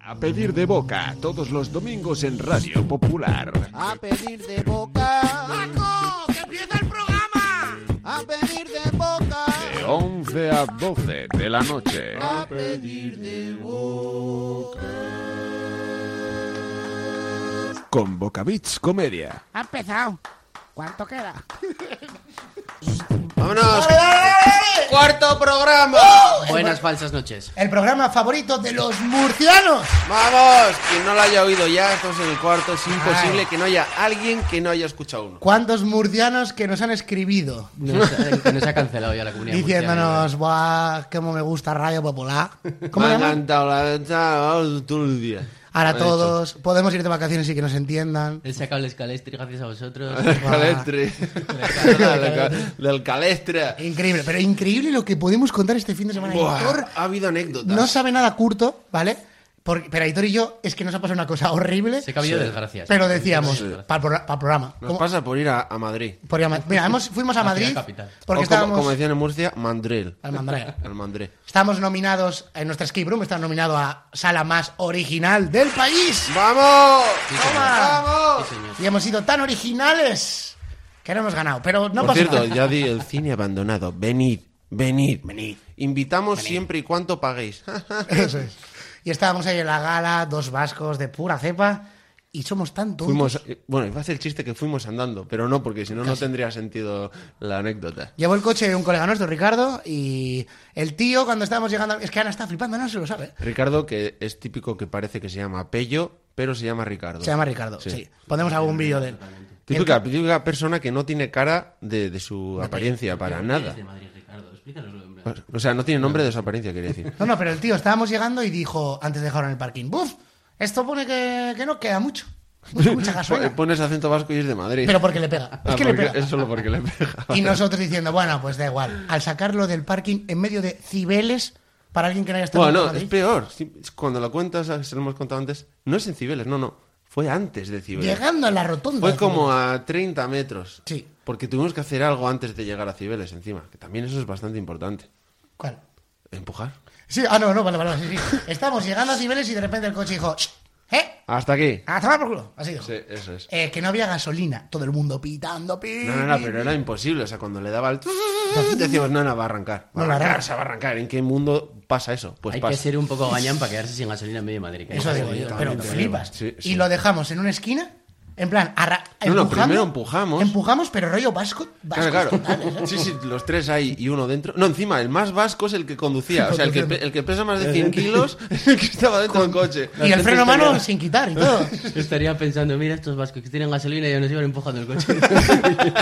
A pedir de boca todos los domingos en Radio Popular. A pedir de boca, ¡Paco! ¡Que empieza el programa! a pedir de boca, De 11 a 12 de la noche. a pedir de boca. Con Bocavits Comedia. Ha empezado. ¿Cuánto queda? ¡Vámonos! ¡Cuarto programa! Buenas falsas noches. El programa favorito de los murcianos. ¡Vamos! Quien no lo haya oído ya, estamos en el cuarto. Es imposible que no haya alguien que no haya escuchado uno. ¿Cuántos murcianos que nos han escribido? Nos, eh, nos ha cancelado ya la comunidad. Diciéndonos, ¡buah! ¿Cómo me gusta Radio Popular? ¿Cómo Me ha llaman? encantado la venta todo el día. Ahora Me ha todos podemos ir de vacaciones y que nos entiendan. He sacado el escalestri gracias a vosotros. dicho. Ah. Del calestre. Del cal- Del calestre. Increíble, pero increíble lo que podemos contar este fin de semana. Aitor Buah, ha habido anécdotas. no sabe nada curto, ¿vale? Porque, pero Aitor y yo es que nos ha pasado una cosa horrible, Se ha cabido desgracias. pero decíamos, Sí. para el pro- para el programa. Nos ¿cómo- pasa por ir a, a Madrid. por llamar- Mira, hemos- fuimos a Hacia la Madrid capital. O porque como, estábamos... como decían en Murcia, mandril. Al Mandrell. Al mandril. Estamos nominados, en nuestra escape room está nominado a sala más original del país. ¡Vamos! Sí, "Oh". ¡Vamos! señor. Y hemos sido tan originales que no hemos ganado. Pero no Por pasa cierto, nada. ya di el cine abandonado. Venid, venid, venid. Invitamos siempre y cuanto paguéis. Eso es. Y estábamos ahí en la gala, dos vascos de pura cepa, y somos tan tontos. fuimos, eh, bueno, iba a ser el chiste que fuimos andando, pero no, porque si no, no tendría sentido la anécdota. Llevó el coche de un colega nuestro, Ricardo, y el tío cuando estábamos llegando... Es que Ana está flipando, no se lo sabe. Ricardo, que es típico que parece que se llama Pello, pero se llama Ricardo. Se llama Ricardo, sí. Sí. Pondremos algún vídeo de él. Típica, típica persona que no tiene cara de, de su apariencia para nada. Pues, Eres de Madrid, Ricardo. Explícanoslo, hombre. O sea, no tiene nombre de su apariencia, quería decir. No, no, pero el tío estábamos llegando y dijo, antes de dejarlo en el parking, ¡buf! Esto pone que, que no queda mucho. Mucha gasolina. Pones acento vasco y es de Madrid. Pero porque le pega. Es Pues, Ah, que le porque- pega. Es solo porque le pega. Y nosotros diciendo, bueno, pues da igual. Al sacarlo del parking en medio de cibeles para alguien que no haya estado en Bueno, Madrid. es peor. Si- Cuando lo cuentas, se lo hemos contado antes, no es en Cibeles, no, no. Fue antes de Cibeles. Llegando a la rotonda. Fue como a 30 metros. Sí. Porque tuvimos que hacer algo antes de llegar a Cibeles encima, que también eso es bastante importante. ¿Cuál? Empujar. Sí, ah, no, no, vale, vale, sí, sí. Estamos llegando a cibeles y de repente el coche dijo, "Shh, ¿eh? Hasta aquí. A tomar por culo. Así dijo. Sí, eso es. Eh, que no había gasolina. Todo el mundo pitando, pi. No, no, no, pero era imposible. O sea, cuando le daba el... Decíamos, no, no, va a arrancar. Va No, a no, arrancar, no. se va a arrancar. ¿En qué mundo pasa eso? Pues Hay que pasa. ser un poco gañán para quedarse sin gasolina en medio de Madrid. que Eso hay digo que- yo, pero flipas. Sí, sí. Y lo dejamos en una esquina, en plan, arra- No, no, empujando. primero empujamos. Empujamos, pero rollo vasco. Claro, vascos claro. totales, ¿eh? Sí, sí, los tres ahí y uno dentro. No, encima, el más vasco es el que conducía. O sea, el que, pe- el que pesa más de 100 kilos es el que estaba dentro del coche. Y el freno a mano sin quitar y todo. Estaría pensando, mira estos vascos que tienen gasolina y ya nos iban empujando el coche.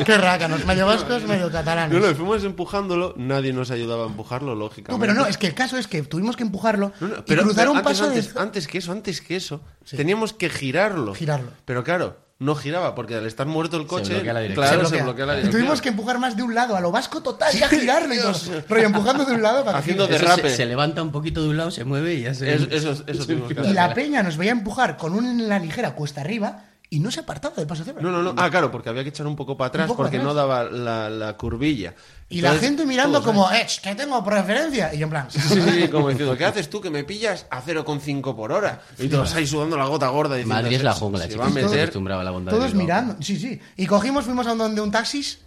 Qué rácanos, medio vascos, medio catalanes. No, no, fuimos empujándolo, nadie nos ayudaba a empujarlo, lógicamente. No, pero no, es que el caso es que tuvimos que empujarlo No, no, y cruzar un antes, paso antes, de... antes que eso, antes que eso, teníamos que girarlo. Girarlo. Pero claro, no giraba, porque al estar muerto el coche, bloquea la dirección. claro, bloquea. se bloquea la dirección. Tuvimos que empujar más de un lado, a lo vasco total, y a girarlo y todo. Rollo, empujando de un lado para que Haciendo gire. Eso derrape. se, se levanta un poquito de un lado, se mueve y ya se... Es- eso, eso tuvimos que Y hacer. la peña nos veía empujar con una en la ligera cuesta arriba y no se apartaba del paso de cebra. No, no, no. Ah, claro, porque había que echar un poco para atrás poco porque atrás. no daba la, la curvilla. Y Entonces, la gente mirando todos, como, eh, ch, que tengo preferencia. Y yo en plan, Sí, sí, sí, como diciendo, ¿qué haces tú que me pillas a 0,5 por hora? Y todos ahí sudando la gota gorda. Diciendo, Madrid es la jungla, Se chicos. va a meter acostumbrado a la bondad de todos Bilbao. mirando. Sí, sí. Y cogimos, fuimos a un donde un taxis.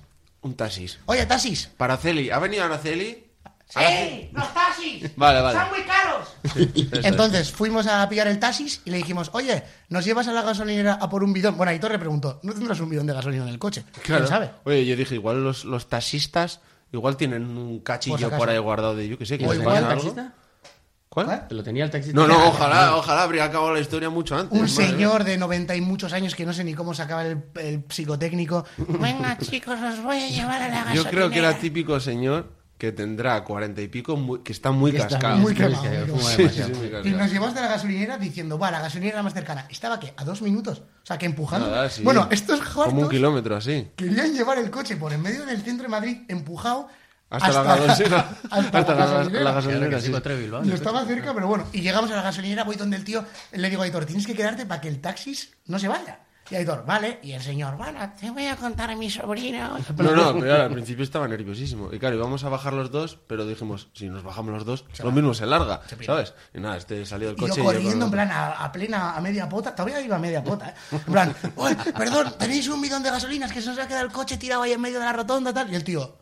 un taxis. Oye, taxis. Para Celi. ¿Ha venido Araceli? ¡Sí! ¡Los taxis! Vale, vale. ¡Son muy caros! Eso es. Entonces fuimos a pillar el taxis y le dijimos, oye, ¿nos llevas a la gasolinera a por un bidón? Bueno, Aitor le preguntó, ¿no tendrás un bidón de gasolina en el coche? Claro. ¿Quién sabe? Oye, yo dije, igual los, los taxistas igual tienen un Por si cachillo Pues acaso. Pues por ahí guardado de yo que sé. Que ¿Lo les tenía el pasa algo. taxista? ¿Cuál? ¿Cuál? ¿Lo tenía el taxista? No, no, ojalá, ojalá habría acabado la historia mucho antes. Un madre señor de 90 y muchos años que no sé ni cómo sacaba el, el psicotécnico. Venga, chicos, os voy a llevar a la mía. gasolinera. Yo creo que era típico señor que tendrá cuarenta y pico, muy- que está muy Que está cascado. muy es que- es quemado, que muy fuma Sí, sí, demasiado. muy Y cascado. nos llevamos de la gasolinera diciendo, va, la gasolinera más cercana. ¿Estaba qué? ¿A dos minutos? O sea, que empujando. Nada, sí. Bueno, estos Como un jortos kilómetro así. querían llevar el coche por en medio del centro de Madrid, empujado. Hasta, la gasolinera. la- hasta la gasolinera. la Claro gasolinera, que sí, sí. contra Bilbao, Y ¿no? estaba cerca, pero bueno. Y llegamos a la gasolinera, voy donde el tío le digo a Aitor, tienes que quedarte para que el taxis no se vaya. Y Aitor, vale. Y el señor, bueno, te voy a contar a mi sobrino. No, no, pero al principio estaba nerviosísimo. Y claro, íbamos a bajar los dos, pero dijimos, si nos bajamos los dos, lo mismo se larga, ¿sabes? Y nada, este salió del Y coche. yo y yo corriendo, con- en plan, a, a plena, a media pota. Todavía iba a media pota, ¿eh? En plan, "Oye, perdón, tenéis un bidón de gasolina, es que se nos ha quedado el coche tirado ahí en medio de la rotonda, tal. Y el tío,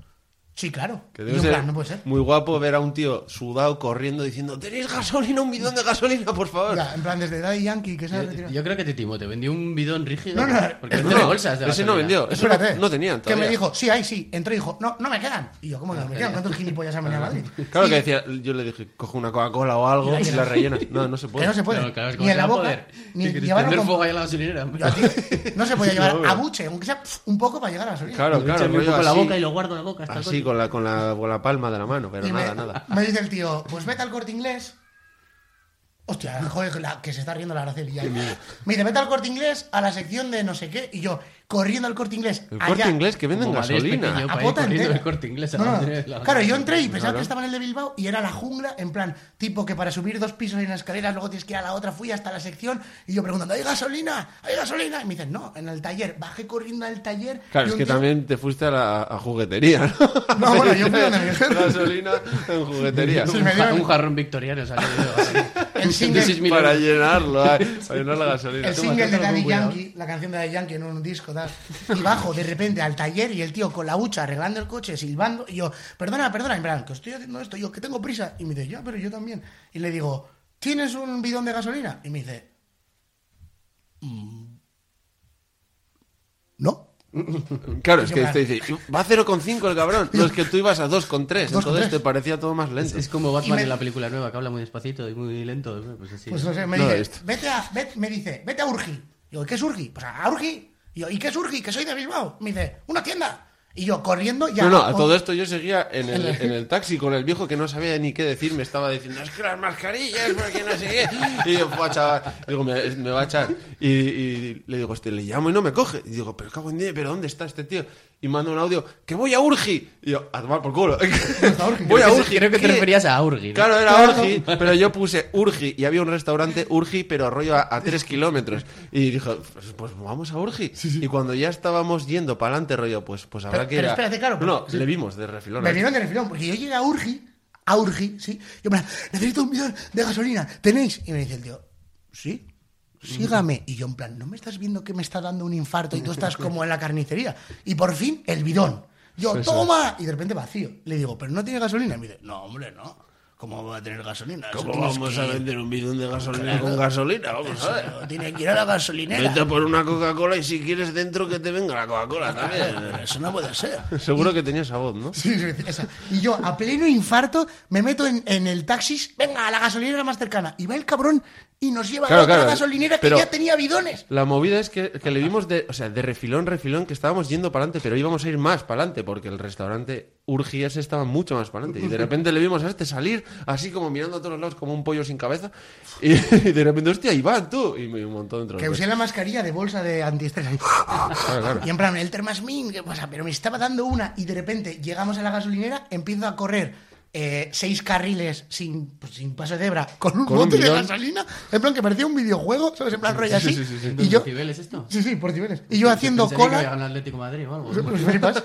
sí, claro. Que Y debe yo, en ser plan, no puede ser. muy guapo ver a un tío sudado corriendo diciendo, tenéis gasolina, un bidón de gasolina, por favor. Ya, en plan, desde Daddy Yankee, que se ha Eh, Yo, retirado. yo creo que Titimo te vendió un bidón rígido. No, no, porque No, no, tiene bolsas ese de gasolina. no vendió. Eso no- Espérate. no, tenían Que todavía. me dijo, sí, ahí sí. Entró y dijo, no, no me quedan. Y yo, ¿cómo que no me quedan? ¿Cuántos gilipollas han venido a Madrid? Claro que Y- decía, yo le dije, coge una Coca-Cola o algo y la rellenas. No, no se puede. Que no se puede. Claro, claro, ¿cómo ni en se la va a boca, poder? ni ¿Qué quieres, llevarlo prender con... fuego ahí a la gasolinera. Yo, tío, no se podía llevar a buche, aunque sea pf, un poco para llegar a la gasolina. Claro, claro. Echarme un rollo poco en la así, boca y lo guardo en la boca hasta el así, coche. con la, con, la, con la palma de la mano, pero Y nada, me, nada. me dice el tío, pues vete al corte inglés. Hostia, joder, la- que se está riendo la Araceli. ya. Me dice, vete al corte inglés a la sección de no sé qué. Y yo, corriendo al corte inglés. El allá. corte inglés que venden Como Madrid es gasolina. pequeño. A para ir pota corriendo entera. del Corte Inglés a No, no, Madrid, la Claro, verdad. yo entré y pensaba Claro. que estaba en el de Bilbao y era la jungla, en plan, tipo que para subir dos pisos hay unas escaleras, luego tienes que ir a la otra, fui hasta la sección y yo preguntando, ¿hay gasolina? ¿Hay gasolina? Y me dicen, no, en el taller. Bajé corriendo al taller. Claro, y es un que tío- también te fuiste a la a juguetería, ¿no? No, bueno, yo fui a una mujer. Gasolina en juguetería. Sí, me Un ja- dieron- un jarrón victoriano salió de gasolina. El single- 26.000 Para euros. llenarlo, ay, para llenar la gasolina. El single de bastante Daddy con cuidado. Yankee, la canción de Daddy Yankee en un disco, tal. Y bajo de repente al taller y el tío con la hucha arreglando el coche, silbando. Y yo, perdona, perdona, en plan, que estoy haciendo esto, yo que tengo prisa. Y me dice, ya, pero yo también. Y le digo, ¿tienes un bidón de gasolina? Y me dice, "Mm, no. Claro, es Yo que para- este dice, va a 0,5 el cabrón. No, es que tú ibas a 2,3. Dos con Entonces tres. te parecía todo más lento. Es como Batman Y me- en la película nueva, que habla muy despacito y muy lento. ¿no? Pues así. Pues no sé, me No lo he dice, visto. vete a, vet- me dice, vete a Urgi. Digo, ¿y qué es Urgi? Pues a Urgi. Y yo, ¿y qué es Urgi? Que soy de Bilbao. Me dice, una tienda. Y yo, corriendo ya. No, no, a con- todo esto yo seguía en el, en el taxi con el viejo que no sabía ni qué decir. Me estaba diciendo, es que las mascarillas, porque no sé qué. Y yo, "Buah, chaval". Digo, me, me va a echar. Y, y le digo, este, le llamo y no me coge. Y digo, pero cago en diez, pero ¿dónde está este tío? Y mando un audio, que voy a Urgi. Y yo, a tomar por culo. voy a Creo que- Urgi. Creo que te ¿qué? referías a Urgi. ¿no? Claro, era Urgi, pero yo puse Urgi y había un restaurante Urgi, pero rollo a, a tres kilómetros. Y dijo, pues, pues vamos a Urgi. Y cuando ya estábamos yendo para adelante, rollo, pues, pues habrá Pero- que pero ir a- espérate, claro, No, porque- le vimos de refilón. Me vieron de refilón, porque yo llegué a Urgi, a Urgi, sí. Yo me necesito un bidón de gasolina, ¿tenéis? Y me dice el tío, sí, sígame. Y yo, en plan, ¿no me estás viendo que me está dando un infarto y tú estás como en la carnicería? Y por fin, el bidón. Yo, toma. Y de repente vacío. Le digo, ¿pero no tiene gasolina? Y me dice, no, hombre, no. ¿Cómo va a tener gasolina? Eso tienes que- vender un bidón de gasolina Claro. con gasolina? Vamos eso Tiene que ir a la gasolinera. por una Coca-Cola y si quieres dentro que te venga la Coca-Cola Eso no puede ser. Seguro que tenía esa voz, ¿no? Sí, sí, esa. Y yo, a pleno infarto, me meto en, en el taxi, venga, a la gasolinera más cercana. Y va el cabrón y nos lleva Claro, a otra claro, gasolinera pero- que ya tenía bidones. La movida es que, que le vimos de, o sea, de refilón, refilón, que estábamos yendo para adelante, pero íbamos a ir más para adelante, porque el restaurante Urgi ese estaba mucho más para adelante. Y de repente le vimos a este salir, así como mirando a todos lados, como un pollo sin cabeza. Y, y de repente, hostia, Iván, tú. Y me montó dentro. del Que usé coche. la mascarilla de bolsa de antiestrés. ahí. Claro, claro. Y en plan, el termasmin, ¿qué pasa? Pero me estaba dando una y de repente llegamos a la gasolinera, empiezo a correr eh, seis carriles sin, pues, sin paso de cebra con un Con un bote de bidón. gasolina. En plan, que parecía un videojuego, ¿sabes? En plan, rollo así. Y ¿Entonces yo... Decibel es esto? Pues Sí, sí, por niveles. Y yo haciendo Pensaría que cola... había ganado Atlético de Madrid o algo. Los flipas.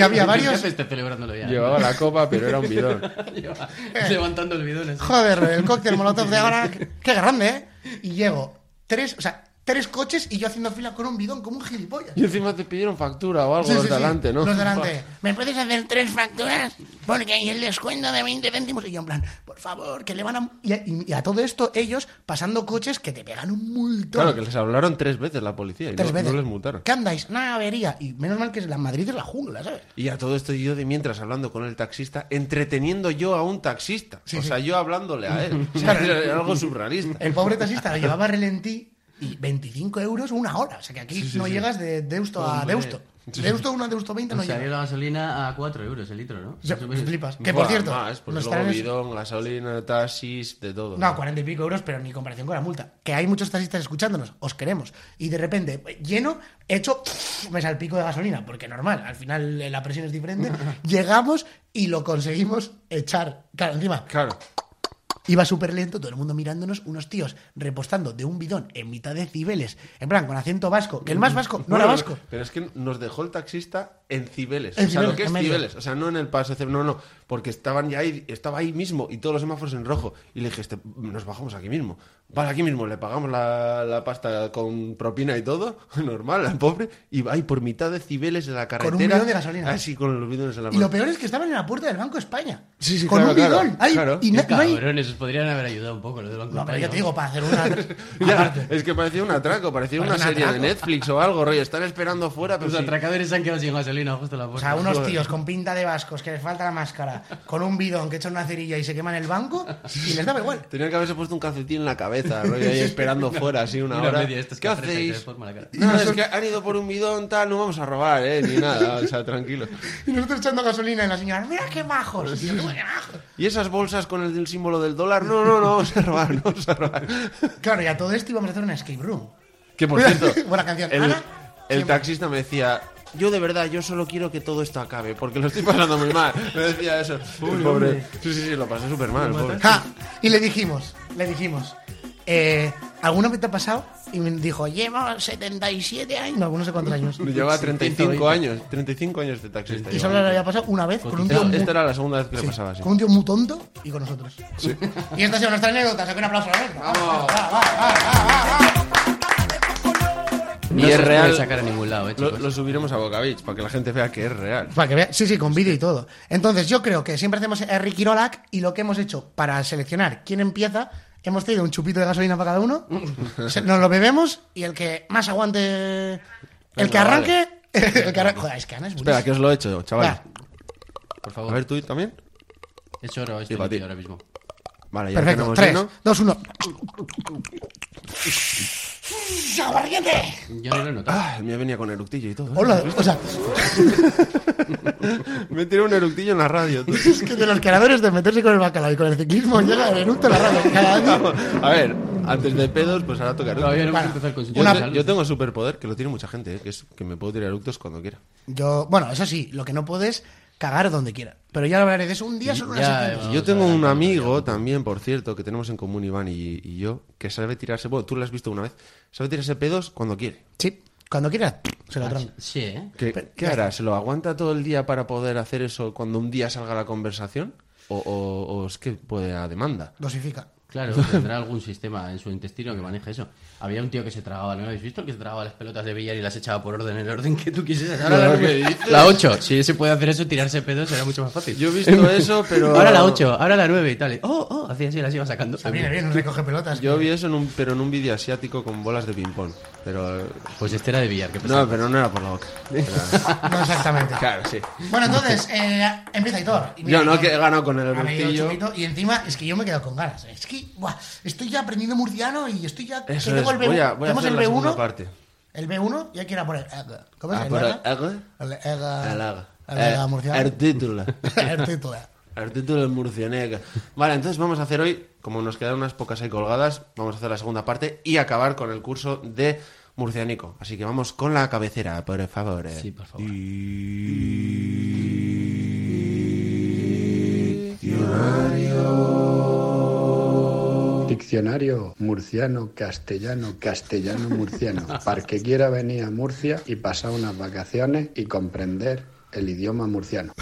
había varios. Está celebrándolo ya. Llevaba la copa, pero era un bidón. Lleva- Levantando el bidón. así. Eh. Joder, el cóctel molotov de ahora. Qué grande, ¿eh? Y llego. Tres, o sea, tres coches y yo haciendo fila con un bidón, como un gilipollas. Y encima te pidieron factura o algo Sí, los sí, de sí, delante, ¿no? Los delante. ¿Me puedes hacer tres facturas? Porque hay el descuento de 20 céntimos. Y yo, en plan, por favor, que le van a. Y a, y a todo esto, ellos pasando coches que te pegan un multón. Claro, que les hablaron tres veces la policía y Tres no, veces. no les multaron. ¿Qué andáis? Una avería. Y menos mal que la Madrid es la jungla, ¿sabes? Y a todo esto yo de mientras hablando con el taxista, entreteniendo yo a un taxista. o sea, yo hablándole a él. O sea, era algo surrealista. El pobre taxista la llevaba a relentí y 25 euros una hora. O sea que aquí no llegas de Deusto a Hombre. Deusto. Deusto 1 a Deusto 20 no Salió llegas. la gasolina a 4 euros el litro, ¿no? O sea, Más o menos. flipas. Que Buah, por cierto, Más, porque los luego trenes- bidón, gasolina, taxis, de todo. No, 40 y pico euros, pero ni comparación con la multa. Que hay muchos taxistas escuchándonos, os queremos. Y de repente, lleno, hecho, me salpico de gasolina, porque normal, al final eh, la presión es diferente. Llegamos y lo conseguimos echar. Claro, encima, Claro. Iba súper lento, todo el mundo mirándonos, unos tíos repostando de un bidón en mitad de Cibeles, en plan, con acento vasco, que el más vasco, no era Bueno, vasco. Pero es que nos dejó el taxista en Cibeles. En o sea, Cibeles, lo que en es medio. Cibeles. O sea, no en el paso. Ceb- No, no. Porque estaban ya ahí, estaba ahí mismo y todos los semáforos en rojo. Y le dije, este, nos bajamos aquí mismo. Vale, aquí mismo. Le pagamos la, la pasta con propina y todo. Normal, al pobre. Y va ahí por mitad de Cibeles en la carretera. bidón de gasolina. Así con los bidones en la Y mano. lo peor es que estaban en la puerta del Banco de España. Sí, sí, con claro, un claro, bidón. ahí, claro. Y no, no hay. Cabrones, os podrían haber ayudado un poco lo del banco. No, pero España, yo te digo, para hacer una. Ya, Aparte. es que parecía un atraco, parecía una Parece un serie atraco. de Netflix o algo, rollo. Están esperando fuera, pero Los sí. atracadores se han quedado sin gasolina justo a la O puerta. sea, unos tíos con pinta de vascos que les falta la máscara, con un bidón que echan una cerilla y se queman el banco, y les daba igual. Tenían que haberse puesto un calcetín en la cabeza, rollo, ahí esperando fuera, así una, Una hora. media, estas ¿Qué que apretan y te hacéis? deforma la cara. No, es que han ido por un bidón, tal, no vamos a robar, eh, ni nada, o sea, tranquilo. Y nosotros echando gasolina en la señora, mira qué majos. tío, qué majos". ¿Y esas bolsas con el, el símbolo del dólar? No, no, no vamos a robar, no vamos a robar. Claro, y a todo esto íbamos a hacer una escape room. Que por cierto, Buena canción. el, Ana, el siempre. taxista me decía. Yo de verdad, yo solo quiero que todo esto acabe, porque lo estoy pasando muy mal. Me decía eso. El pobre. Sí, sí, sí, lo pasé súper mal, el pobre. Ja, Y le dijimos, le dijimos, eh, ¿alguna vez te ha pasado? Y me dijo, lleva 77 años, no, no sé cuántos años. Llevaba 35 años, 35 años de taxista. Y llevaba. solo le había pasado una vez con un tío Esta, muy, esta Este era la segunda vez que sí, le pasaba así. con un tío muy tonto y con nosotros. Y esta ha sido nuestra anécdota, así que un aplauso. venga. Va, va, va, va, va, va. No Y se es os puede real. sacar a ningún lado, eh, Lo, chicos. lo subiremos a Boca Beach para que la gente vea que es real. Para que vea- sí, sí, con vídeo y todo. Entonces, yo creo que siempre hacemos eh, Ricky Rolac y lo que hemos hecho para seleccionar quién empieza, hemos traído un chupito de gasolina para cada uno, se- nos lo bebemos y el que más aguante, el que Venga, arranque, el que arranque. Joder, es que Ana es Espera, que buenísima. os lo he hecho, chaval. Va, Por A favor, ver, tú también. es oro esto Sí, para ti. líquido ahora mismo. Vale, ya Perfecto, tenemos 3, lleno. 2, 1. ¡Aguardiente! Yo no lo noto. Ah, el mío venía con eructillo y todo. ¿eh? Hola, o sea, Me tiré un eructillo en la radio. tú. es que de los creadores de meterse con el bacalao y con el ciclismo llega el eructo a la radio cada año. a ver, antes de pedos, pues ahora toca eructos. Todavía no hemos Bueno, empezado con su pues, Yo, una- te- yo tengo superpoder, que lo tiene mucha gente, ¿eh? que es que me puedo tirar eructos cuando quiera. Yo, bueno, eso sí, lo que no puedes cagar donde quiera. Pero ya hablaré de eso un día solo una Ya, sección. eh, Y vamos yo a tengo ver, un vamos a ver. amigo también, por cierto, que tenemos en común Iván y, y yo, que sabe tirarse, bueno, tú lo has visto una vez, sabe tirarse pedos cuando quiere. Sí, cuando quieras, se Ah, lo traen. Sí, eh. ¿Qué, Pero- qué hará? ¿Se lo aguanta todo el día para poder hacer eso cuando un día salga la conversación? ¿O, o- o es que puede a demanda? Dosifica. Claro, tendrá algún sistema en su intestino que maneje eso. Había un tío que se tragaba, ¿no lo habéis visto? Que se tragaba las pelotas de billar y las echaba por orden, el orden que tú quisieras. Ahora la, ¿qué dices? la 8, si se puede hacer eso, tirarse pedos será mucho más fácil. Yo he visto eso, pero... Ahora la 8, ahora la 9 y tal. Oh, oh, hacía así, las iba sacando. Viene bien, nos recoge pelotas. Yo vi eso, en un, pero en un vídeo asiático con bolas de ping-pong. Pero... Pues este era de billar, qué pesado. No, pero no era por la boca. Era- No exactamente. Claro, sí. Bueno, entonces, eh, empieza Hitor. Y mira, Yo no, Hitor, que he ganado con el ha leído el eructillo. chupito Y encima, es que yo me he quedado con ganas. Es que, buah, estoy ya aprendiendo murciano y estoy ya. Eso que es, tengo el B1. voy a, voy a Tenemos hacer el la segunda B1. parte. El B1, ya quiero poner. ega. ¿Cómo es? Ah, ¿El por ega? el- E El ega. el aga. El Eh, ega murciano. El título. El título. El título es murcianeca. Vale, entonces vamos a hacer hoy, como nos quedan unas pocas ahí colgadas, vamos a hacer la segunda parte y acabar con el curso de murcianico. Así que vamos con la cabecera, por favor. eh. Sí, por favor. Diccionario murciano, castellano, castellano, murciano. Para el que quiera venir a Murcia y pasar unas vacaciones y comprender el idioma murciano.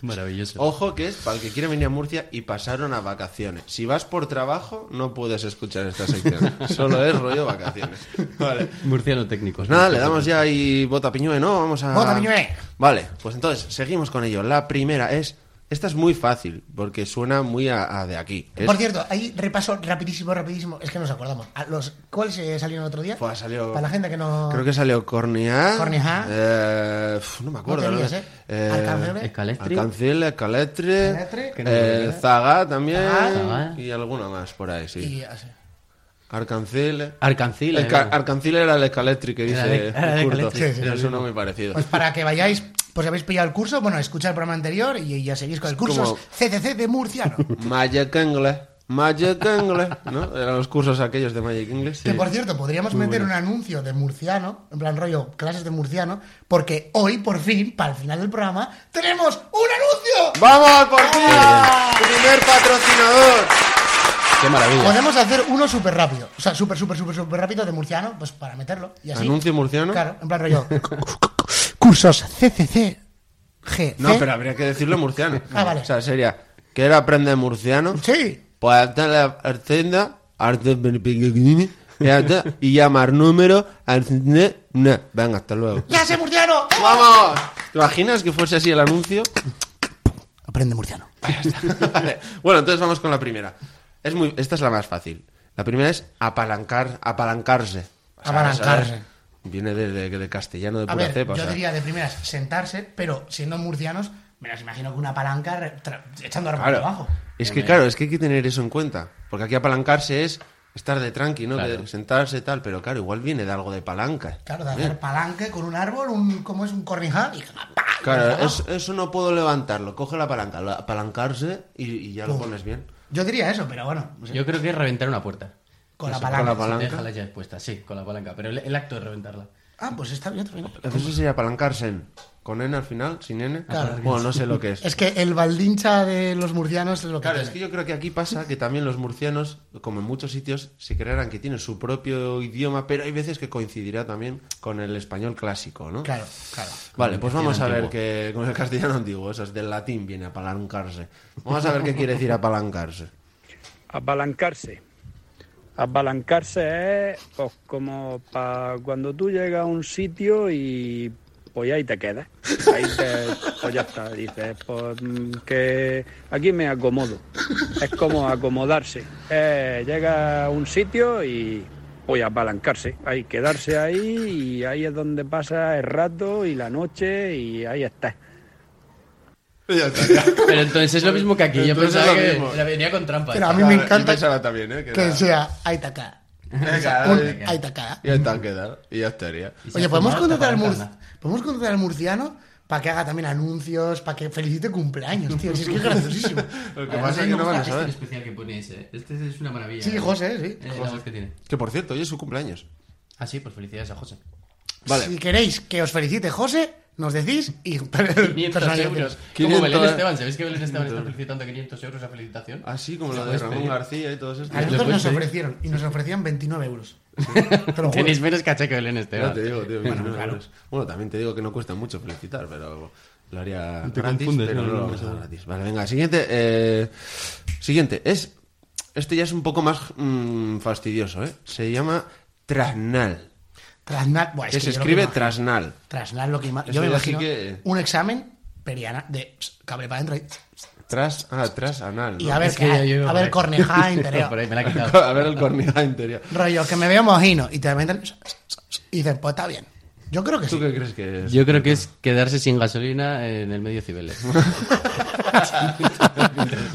Maravilloso. Ojo que es para el que quiera venir a Murcia y pasaron a vacaciones. Si vas por trabajo, no puedes escuchar esta sección. Solo es rollo vacaciones. Oh, Vale. Murciano técnico. Pues nada, le damos ya y bota piñue, ¿no? Vamos a. Bota piñue. Vale, pues entonces, seguimos con ello. La primera es. Esta es muy fácil, porque suena muy a, a de aquí. que es- Por cierto, ahí repaso rapidísimo, rapidísimo. Es que nos acordamos. A los, ¿Cuál se salió el otro día? Pues salió- Para la gente que no. Creo que salió Cornea. Cornea. Eh, pf, no me acuerdo. No te líes, ¿eh? Alcancele. Escaletri. Alcancele, Caletri. Caletri. Que no eh, Zaga también. Zaga. Y alguna más por ahí, sí. Y ah, así. Arcancele. Arcancil. eh, El ca- Arcancile era el escaletri que Era dice de- era de Curto. Caletri. Sí, sí, Pero lo suena muy parecido. Pues para que vayáis, pues si habéis pillado el curso, bueno, escucha el programa anterior y ya seguís con el curso. como- Es CCC de Murciano. Magic English. Magic English, ¿no? Eran los cursos aquellos de Magic English. Que por cierto, podríamos meter un anuncio de murciano, en plan rollo, clases de murciano, porque hoy, por fin, para el final del programa, tenemos un anuncio. ¡Vamos, por fin! ¡Primer patrocinador! Qué maravilla. Podemos hacer uno súper rápido. O sea, súper, súper, súper, súper rápido de murciano, pues para meterlo. Y así. ¿Anuncio murciano? Claro, en plan rollo. Cursos CCC. G. No, pero habría que decirlo en murciano. ¿Eh? Ah, vale. O sea, sería, ¿quiere aprender murciano? Sí. Pues arte la artenda, arte pequeñini, y arte- y llamar número, arte- ne. venga, hasta luego. ¡Ya sé murciano! ¡Vamos! ¿Te imaginas que fuese así el anuncio? Aprende murciano. Vale. Bueno, entonces vamos con la primera. Es muy, esta es la más fácil. La primera es apalancar, apalancarse. O sea, Apalancarse. ¿sabes? Viene de, de- de castellano de A pura ver, cepa. o yo sea. diría de primeras sentarse, pero siendo murcianos, me las imagino con una palanca re- tra- echando armas Claro. abajo. Es que claro, es que hay que tener eso en cuenta. Porque aquí apalancarse es estar de tranqui, ¿no? Claro. Que sentarse tal, pero claro, igual viene de algo de palanca. Claro, de Bien. hacer palanque con un árbol, un, ¿cómo es? Un cornijal y ¡pa! Claro, es- eso no puedo levantarlo. Coge la palanca, la- apalancarse y, y ya lo pones bien. Yo diría eso, pero bueno, no sé, Yo creo que es reventar una puerta. con la Eso, palanca. con la Si te palanca. deja la llave puesta, sí, con la palanca. Pero el, el acto de reventarla. Ah, pues está bien. está bien. Eso sería apalancarse en- con N al final, sin N. Claro. Bueno, no sé lo que es. Es que el baldincha de los murcianos es lo que. Claro, es tiene. que yo creo que aquí pasa que también los murcianos, como en muchos sitios, se creerán que tienen su propio idioma, pero hay veces que coincidirá también con el español clásico, ¿no? Claro, claro. Vale, pues vamos a ver antiguo. que con el castellano antiguo, eso es del latín, viene apalancarse. Vamos a ver qué quiere decir apalancarse. Abalancarse. Abalancarse es pues, como para cuando tú llegas a un sitio y pues ahí te quedas. Ahí te, pues ya está, dices, pues mm, que aquí me acomodo. Es como acomodarse. Eh, llega a un sitio y pues abalancarse. Hay que quedarse ahí y ahí es donde pasa el rato y la noche y ahí está. Pero entonces es lo mismo que aquí. Yo Entonces pensaba es lo que mismo. la venía con trampa. Pero a esta. mí me encanta también, ¿eh? Que que era- sea Aitaka. Venga, Un ahí- Aitaka. y ahí está, quedado. Y ya estaría. Y se Oye, ha ¿podemos fumado contratar, al esta mur- palanca. ¿podemos contratar al murciano para que haga también anuncios, para que felicite cumpleaños, tío? Si es que es graciosísimo. Lo que Además, pasa a es mí que me no van a gusta este saber. especial que pone ese, ¿eh? Este es una maravilla. Sí, ¿eh? José, sí. Eh, la voz que tiene. Que por cierto, hoy es su cumpleaños. Ah, sí, pues felicidades a José. Vale. Si queréis que os felicite José, nos decís y 500 personalización. euros. 500 Como Belén euros. Esteban. ¿Sabéis que Belén Esteban está felicitando 500 euros a felicitación? pues, Así Ah, como lo Lo de puedes Ramón pedir. García y todos estos. A nosotros puedes nos pedir. ofrecieron y nos ofrecían 29 euros. Te lo juro. Tenéis menos caché que Belén Ya Esteban. te digo, tío, Bueno, 29 claro. euros. Bueno, también te digo que no cuesta mucho felicitar, pero lo haría Te gratis, confundes, pero no, no no, lo no vamos a sé. dar gratis. Vale, venga, siguiente. eh, siguiente, es... Este ya es un poco más mm, fastidioso, ¿eh? Se llama trasnal, Trasnal, buah, Ah, es que que se yo lo escribe imagino- trasnal. Trasnal lo que ima- Eso Yo me ya sí imagino que- un examen periana de pss, cable para adentro y, Tras, ah, trasanal. y ¿no? a ver Es qué que hay, yo- yo- a ver corneja Por ahí interior. me la ha quitado. a ver el cornija interior. Rollo, que me veo mojino y te meten y dices, pues está bien. Yo creo que ¿Tú sí. qué crees que es? Yo creo que es quedarse sin gasolina en el medio cibeles.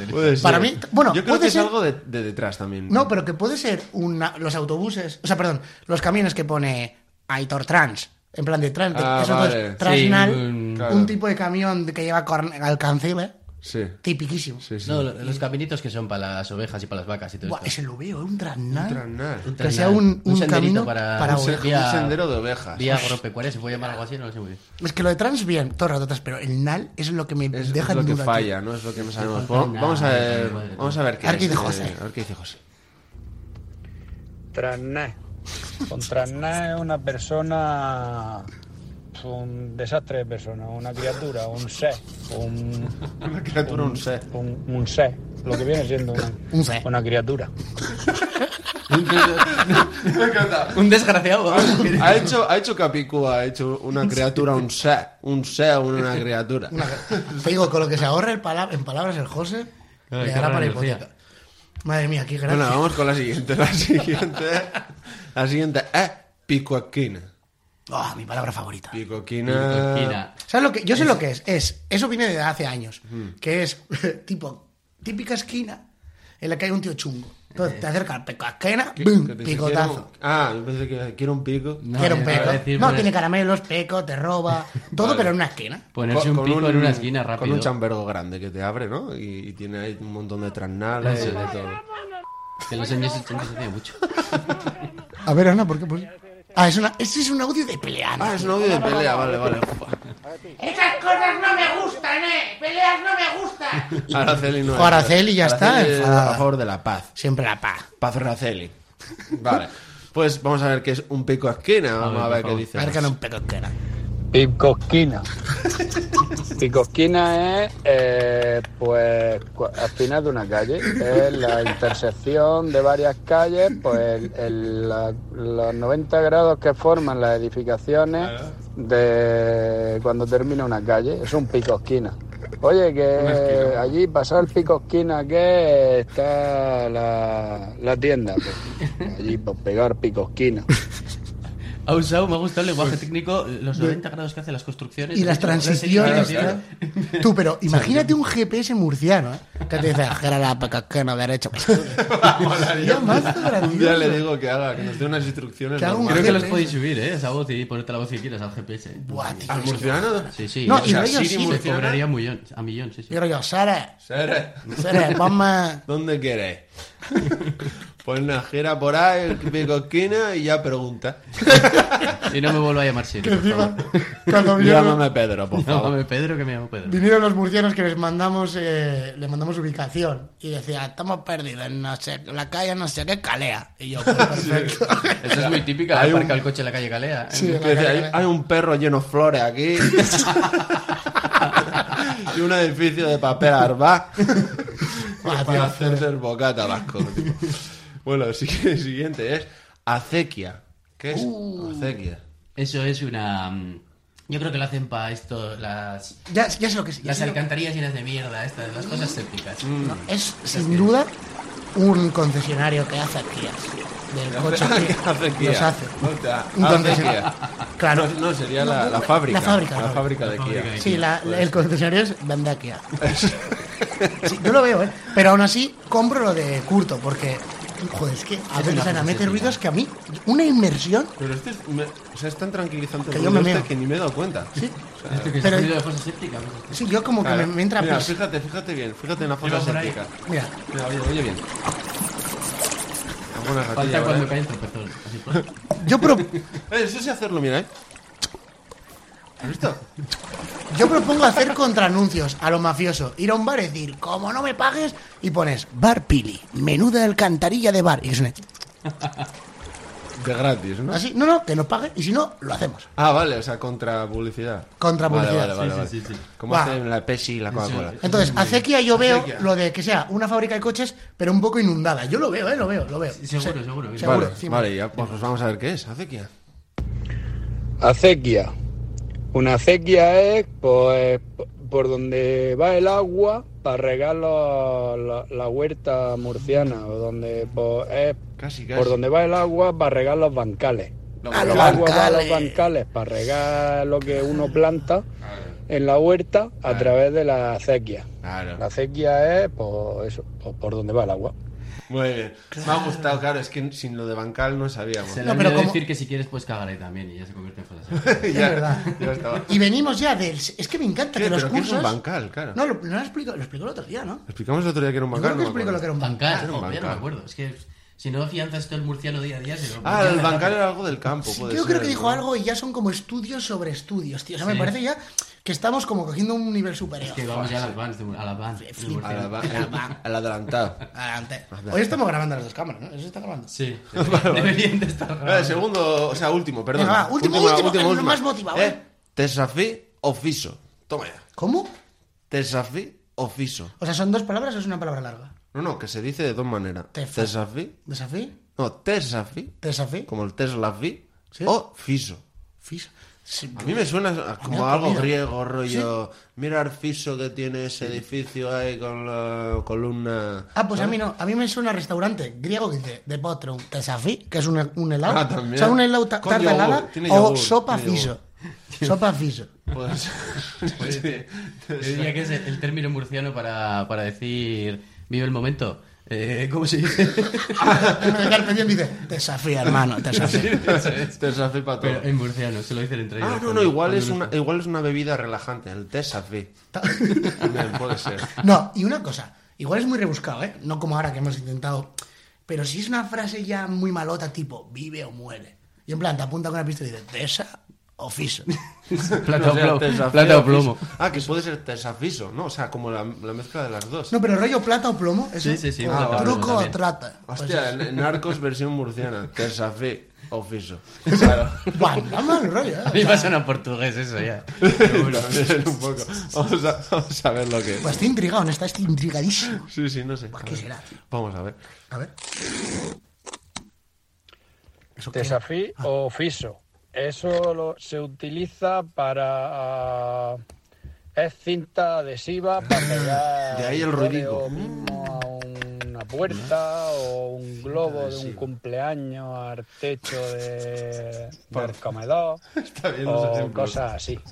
Puede ser. Para mí- bueno, yo creo puede que ser- es algo de, de detrás también. No, pero que puede ser una, los autobuses, o sea, perdón, los camiones que pone Aitor Trans, en plan de trans, de- Ah, eso vale. Mm, entonces, Transnal, Sí, un- un, claro. tipo de camión de que lleva corne- alcancile, Sí, tipiquísimo. sí, sí. No, lo- los caminitos que son para las ovejas y para las vacas y todo Buah, esto. ese lo veo, ¿eh? un Transnal. Trasnal. Un que sea trenal, un- un senderito camino para Un, se- vía- un sendero de ovejas. Vía agropecuaria, se puede llamar algo así, no lo sé muy bien. Es que lo de trans bien, todo el rato atrás, pero el NAL es lo que me Es, deja es lo en que duda. falla, ¿no? Es lo que no sabemos. falta Vamos, una- vamos a ver, madre, vamos a ver qué A ver qué es, dice eh, José. A ver qué dice José. Trasná. Con trasná es una persona. pues, Un desastre de persona, una criatura, un ser, un. Una criatura, un ser. Un, un ser, lo que viene siendo una, Un ser. una criatura. Un desgraciado. Ha hecho, ha hecho Capicúa, ha hecho una criatura, un ser. Un ser, una criatura. Una- te digo, con lo que se ahorra el pala- en palabras el José, Claro, le qué dará para rara hipoteca. Madre mía, qué Bueno, gracia. vamos con la siguiente. La siguiente, la siguiente es picoaquina. Ah, mi palabra favorita. Picoaquina. ¿Sabes lo que? Yo sé lo que es. Es, eso viene de hace años. Que es tipo, típica esquina en la que hay un tío chungo. Entonces te acerca la esquina, ¿Qué- ¡bum! qué te dice? picotazo. Quiero- Ah, yo pensé que quiero un pico. No, Quiero un iba a peco. decir, No, pues, tiene caramelos, peco, te roba. Todo, pero en una esquina. Ponerse Con- un con pico en una esquina rápido. Con un chambergo grande que te abre, ¿no? Y, y tiene ahí un montón de transnales y de todo. Que en los años 80 se hacía mucho. A ver, Ana, ¿por qué? Pues... Ah, es una, ese es un audio de peleando. Ah, es un audio de pelea, vale, vale. Esas cosas no me gustan, ¿eh? Peleas no me gustan. Araceli no. Ojo, Araceli, ya está, Araceli es enfadada. a favor de la paz. Siempre la paz. Paz Araceli. Vale. Pues vamos a ver qué es un pico a esquina. Vamos a por ver qué favor. dice. Arca no un peco que era. Picosquina. Picosquina es, eh, pues, cua- al final de una calle. Es la intersección de varias calles, pues, el- el- la- los 90 grados que forman las edificaciones de cuando termina una calle. Es un picosquina. Oye, que allí pasar el picosquina que está la, la tienda. pues. Allí, pues, pegar picosquina. Ha usado, me ha gustado el Pues, lenguaje técnico, los 90 grados que hacen las construcciones. Y las transiciones. edificaciones. claro. Tú, pero imagínate un GPS murciano, ¿eh? Que te dice, era la peco que no derecho. Ya, mazo gracioso. Ya le digo que haga, que nos dé unas instrucciones. Que haga un normales. Creo que los GPS. podéis subir, ¿eh? Esa voz y ponerte la voz que quieras al GPS. Buah, tío. ¿Al Ah, murciano? Sí, sí. No, o y sea, no ellos Siri sí. se cobraría a millón, a millón, sí, sí. Yo yo, Sara, Sere, Sara, ponme... ¿Dónde queréis? Pues una gira por ahí, el pico a esquina y ya pregunta. Y no me vuelva a llamar Siri, por favor. Cuando vinieron, Llámame Pedro, por favor. Llámame Pedro, que me llamo Pedro. vinieron los murcianos que les mandamos, eh, le mandamos ubicación y decía, estamos perdidos, en no sé, la calle no sé qué calea. Y yo, pues, perfecto. Eso es muy típico, ¿eh? Hay aparcar un- el coche en la calle Galea. Sí. Que decía, hay, hay un perro lleno de flores aquí. y un edificio de papel arbá. para hacerse el bocata vasco. tipo. Bueno, el siguiente es acequia. ¿Qué es Uh. acequia? Eso es una... mm, Yo creo que lo hacen para esto, las... ya, ya sé lo que es. ya Las sé lo Mm. que- alcantarillas llenas de mierda, estas, las cosas sépticas. Es, sin duda, un concesionario que hace aquí. Del coche que Acequia. los hace. Hostia, Un acequia. concesionario. Claro. No, no, sería la, la fábrica. La fábrica. La claro. fábrica de Kia. La fábrica de Sí, Kia. la- la- el concesionario es vende aquí. Sí, yo lo veo, ¿eh? Pero aún así, compro lo de Curto, porque, joder, es que a Es veces una Ana mete filosofía. ruidos que a mí, una inmersión, Pero este es, me- o sea, es tan tranquilizante Que el yo ruido me este meo. que ni me he dado cuenta. sí, Esto que es Pero- ruido de cosas sépticas. pues, esto. sí, yo como que Claro. me, me entra Mira, pis. fíjate, fíjate bien, fíjate en la foto Iba por ahí. séptica. Mira, Mira, oye, oye bien. Alguna ratilla, Falta cuando ¿verdad? cae el tropezón. así, pues. yo, pro- Eh, eso sí hacerlo, mira, eh. ¿Has visto? yo propongo hacer contraanuncios a lo mafioso, ir a un bar y decir, como no me pagues, y pones, bar Pili, menuda alcantarilla de bar, y que suene, De gratis, ¿no? así, no, no, que nos pague, y si no, lo hacemos. Ah, vale, o sea, contra publicidad. Contra Vale, publicidad. Vale, vale, Sí, vale. sí, sí, sí. Como Va. hacen la Pepsi y la Coca-Cola. Entonces, acequia yo veo Acequia. lo de que sea una fábrica de coches, pero un poco inundada. Yo lo veo, ¿eh? Lo veo, lo veo. Sí, seguro, seguro, mira. seguro. Vale, sí, vale, ya, pues pues vamos a ver qué es, acequia. Acequia. Una acequia es pues, p- por donde va el agua para regar la, la- la huerta murciana, o donde pues, es Casi, casi. por donde va el agua para regar los bancales. A los el agua va a los bancales. bancales para regar lo que uno planta en la huerta a través de la acequia. Claro. La acequia es pues, eso, pues, por donde va el agua. Muy bien. Me ha gustado, claro, es que sin lo de bancal no sabíamos. Se le No, ha pero olvidado como- decir que si quieres puedes cagar ahí también y ya se convierte en cosas. Es Ya, verdad. ya estaba. Y venimos ya del. Es que me encanta ¿Qué? que los ¿Pero qué es cursos. un bancal? Claro. No, lo, no lo explico, lo explicó el otro día, ¿no? Explicamos el otro día que era un Yo bancal. creo no que me explico lo que era un bancal. Bancar, Era un joder, no me bancar. acuerdo. Es que si no afianzas todo el murciano día a día, se lo Ah, el bancal era algo del campo. Sí, puede yo ser, creo que dijo ¿no? algo y ya son como estudios sobre estudios, tío. O sea, me Sí. parece ya que estamos como cogiendo un nivel superior. Que vamos ya a las vans, de- a las vans. del Flipa. Al, murciano. ava- el- al adelantado. Adelante. Hoy estamos grabando las dos cámaras, ¿no? Eso está grabando. Sí, deberían de estar Eh, grabados. segundo, o sea, último, perdón. Venga, va, último, Última, último, el última. más motivado, Eh, ¿eh? Tesafí o fiso. Toma ya. ¿Cómo? Tesafí o fiso. O sea, son dos palabras o es una palabra larga. No, no, que se dice de dos maneras. Tefa. Tesafí. ¿Desafí? No, tesafí. ¿Desafí? Como el teslafí. Sí. O fiso. ¿Fis? Sí, A mí me suena a- como Mira, algo mira. griego, rollo. Mira el fiso que tiene ese edificio ahí con la columna. Ah, pues a mí no. A mí me suena a restaurante griego que dice de potro, tesafí, que es una- un helado. Ah, también. O sea, un helado ta- Con tarta yogur, helada tiene o yogur, sopa tiene fiso. Sopa fiso. Pues. Yo diría que es el el término murciano para, para decir vive el momento. Eh, ¿Cómo se dice? En vez de Carpe diem dice, desafía, hermano, desafía. Eso es. Tesafí para todo. Pero en murciano, se lo dicen entre ellos. Ah, no, no, cuando- igual cuando es, no- una, igual es una bebida relajante, el té safi. También puede ser. No, y una cosa, igual es muy rebuscado, ¿eh? No como ahora que hemos intentado. Pero si es una frase ya muy malota, tipo, vive o muere. Y en plan, te apunta con una pistola y dice, desa o fiso. Plata o sea, plomo. tersafiso, Plata o fiso. plomo. Ah, que puede ser tersafiso, ¿no? O sea, como la, la mezcla de las dos. No, pero rollo plata o plomo, eso. Sí, sí, sí, O plata o plomo truco o también. trata. Pues Hostia, en- en Narcos versión murciana. Tersafé o fiso. Claro. es- Buah, nada mal rollo, A ¿eh? mí me suena portugués eso ya. un poco. Vamos a, vamos a ver lo que es. Pues estoy intrigado, ¿no? Estás intrigadísimo. Sí, sí, no sé. A ¿Qué ver. será? Vamos a ver. A ver. ¿Eso qué? Desafí Ah. o fiso. Eso lo- se utiliza para. ah, es cinta adhesiva para pegar. Ah. De ahí el correo ruidico. mismo A una puerta o un globo de un cumpleaños al techo de, del comedor. Está bien los O ejemplos. cosas así.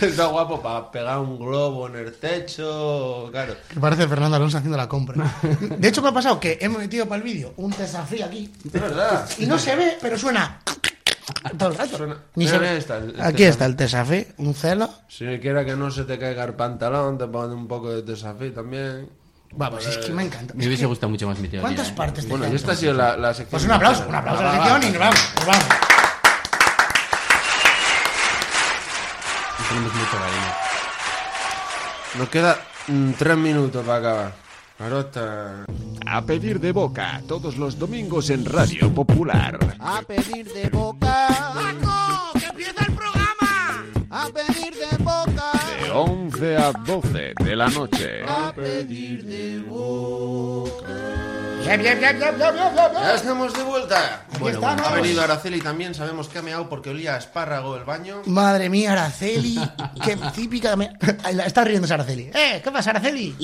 Está guapo para pegar un globo en el techo. Claro. Que parece Fernando Alonso haciendo la compra. De hecho, me ha pasado que hemos metido para el vídeo un desafío aquí Es verdad. y no se ve, pero suena todo el rato. Suena- Ni Mira, se mira, ve. ahí está el- este el aquí tesafí. está el desafío, un celo. Si quiera que no se te caiga el pantalón, te ponen un poco de desafío también. Vamos, es que me encanta. Me hubiese gustado mucho más mi teoría. ¿Cuántas ¿eh? partes te Bueno, y quedan? esta ha sido la, la sección. Pues un aplauso, un aplauso a la sección y nos vamos, nos vamos. Y Tenemos mucho cariño. Nos queda mm, tres minutos para acabar. Claro, está. A pedir de boca, todos los domingos en Radio Popular. A pedir de boca. ¡Paco! ¡Que empieza el programa! A pedir de boca. De 11 a 12 de la noche. A pedir de boca. Bien, bien, bien, bien, bien, bien, bien, bien. Ya estamos de vuelta. Bueno, estamos. ha venido Araceli también. Sabemos que ha meado porque olía a espárrago el baño. Madre mía, Araceli, qué típica. Me... Ay, la- Está riéndose Araceli. ¡Eh! ¿Qué pasa, Araceli?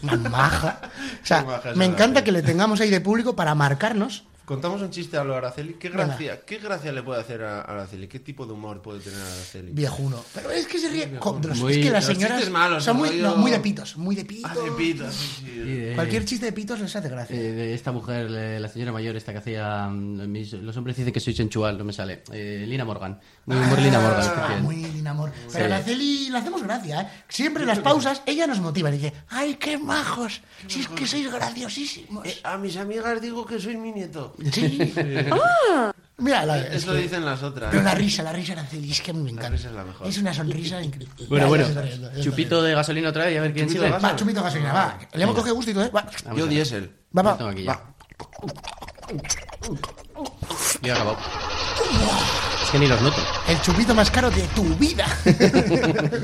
Más maja. O sea, Qué maja es me encanta Araceli. que le tengamos ahí de público para marcarnos. Contamos un chiste a lo Araceli. ¿Qué Venga. gracia, ¿Qué gracia le puede hacer a Araceli? ¿Qué tipo de humor puede tener Araceli? Viejuno. Pero es que se ríe. con- de los- Muy- es que las los señoras chistes malos, Ah, son muy, rollo- no, muy de pitos, muy de pitos. Hace pitas. sí, sí. Y de- Cualquier chiste de pitos les hace gracia. eh, de esta mujer, eh, la señora mayor, esta que hacía. mm, mis- los hombres dicen que soy sensual, no me sale. Eh, Lina Morgan. Muy humor Lina Morgan. Ah, especial. muy bien, amor. Pero Sí. Araceli le hacemos gracia, ¿eh? Siempre en las pausas ella nos motiva. Y dice, ¡ay, qué majos! Si es que sois graciosísimos. Eh, a mis amigas digo que soy mi nieto. Sí. Ah. Mira, la, es Eso que- dicen las otras. Pero la risa, la risa Araceli, es que a mí me encanta. risa es la mejor. Es una sonrisa increíble. Bueno, Ya, ya bueno. se está riendo, ya se está Chupito de gasolina otra vez y a ver quién Chupito sigue. de riendo. Va, chupito de gasolina, va. Le hemos cogido gusto y todo, ¿eh? Va, Vamos Yo a ver. diésel. va, Lo tengo va. aquí ya. Yo he acabado. Es que ni los noto. El chupito más caro de tu vida.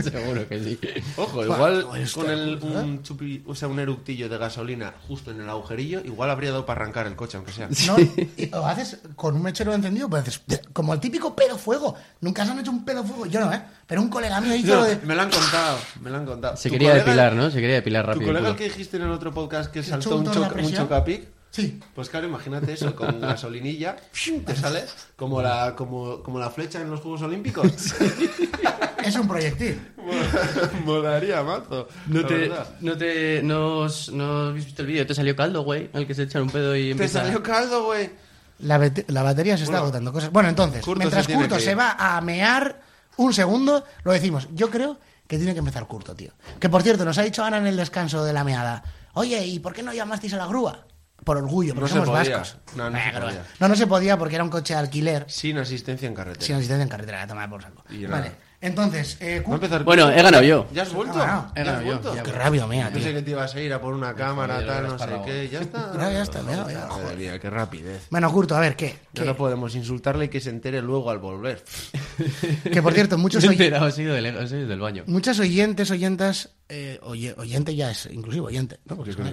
Seguro que sí. Ojo, igual con el, un, chupi, o sea, un eructillo de gasolina justo en el agujerillo, igual habría dado para arrancar el coche, aunque sea. ¿No? Y lo haces con un mechero encendido, pues haces como el típico pelo fuego. Nunca se han hecho un pelo fuego, yo no, ¿eh? Pero un colega mío hizo No, lo de. me lo han contado, me lo han contado. Se Tu quería colega- depilar, ¿no? Se quería depilar Tu rápido. colega el el culo. que dijiste en el otro podcast que echó saltó un un, torno a choca- un presión. chocapic. Sí. Pues claro, imagínate eso, con gasolinilla, te sale como la, como, como la flecha en los Juegos Olímpicos. Es un proyectil. Molaría, mazo. No la te, verdad. no te, no os- no habéis visto el vídeo, te salió caldo, güey, al que se echa un pedo y Te empieza. salió caldo, güey. La, bate- la batería se está agotando cosas. Bueno, entonces, Curto mientras se tiene Curto que se ir. va a mear un segundo, lo decimos. Yo creo que tiene que empezar Curto, tío. Que por cierto, nos ha dicho Ana en el descanso de la meada. Oye, ¿y por qué no llamasteis a la grúa? Por orgullo, No porque se somos podía. vascos. No, no se Eh, grúa. podía. no, no se podía porque era un coche de alquiler Sin asistencia en carretera. sin asistencia en carretera, a tomar por saco. Y nada. Vale. Entonces, eh, Va a Curto. empezar- Bueno, he ganado yo. ¿Ya has vuelto? Ah, he ¿Ya has ganado yo, vuelto? ya. Qué rabia mía, Pensé tío. que te ibas a ir a por una cámara, joder, tal, el no sé espárrago. qué. Ya está. No, ya está, ya, ya, Joder, joder. mía, qué rapidez. Bueno, Curto, a ver, ¿qué? Ya ¿Qué? no podemos insultarle y que se entere luego al volver. Que por cierto, muchos Me he oy- enterado, he sido del, he sido del baño. muchas oyentes, oyentas, eh, oye- oyente ya es inclusive oyente, ¿no? Porque es una-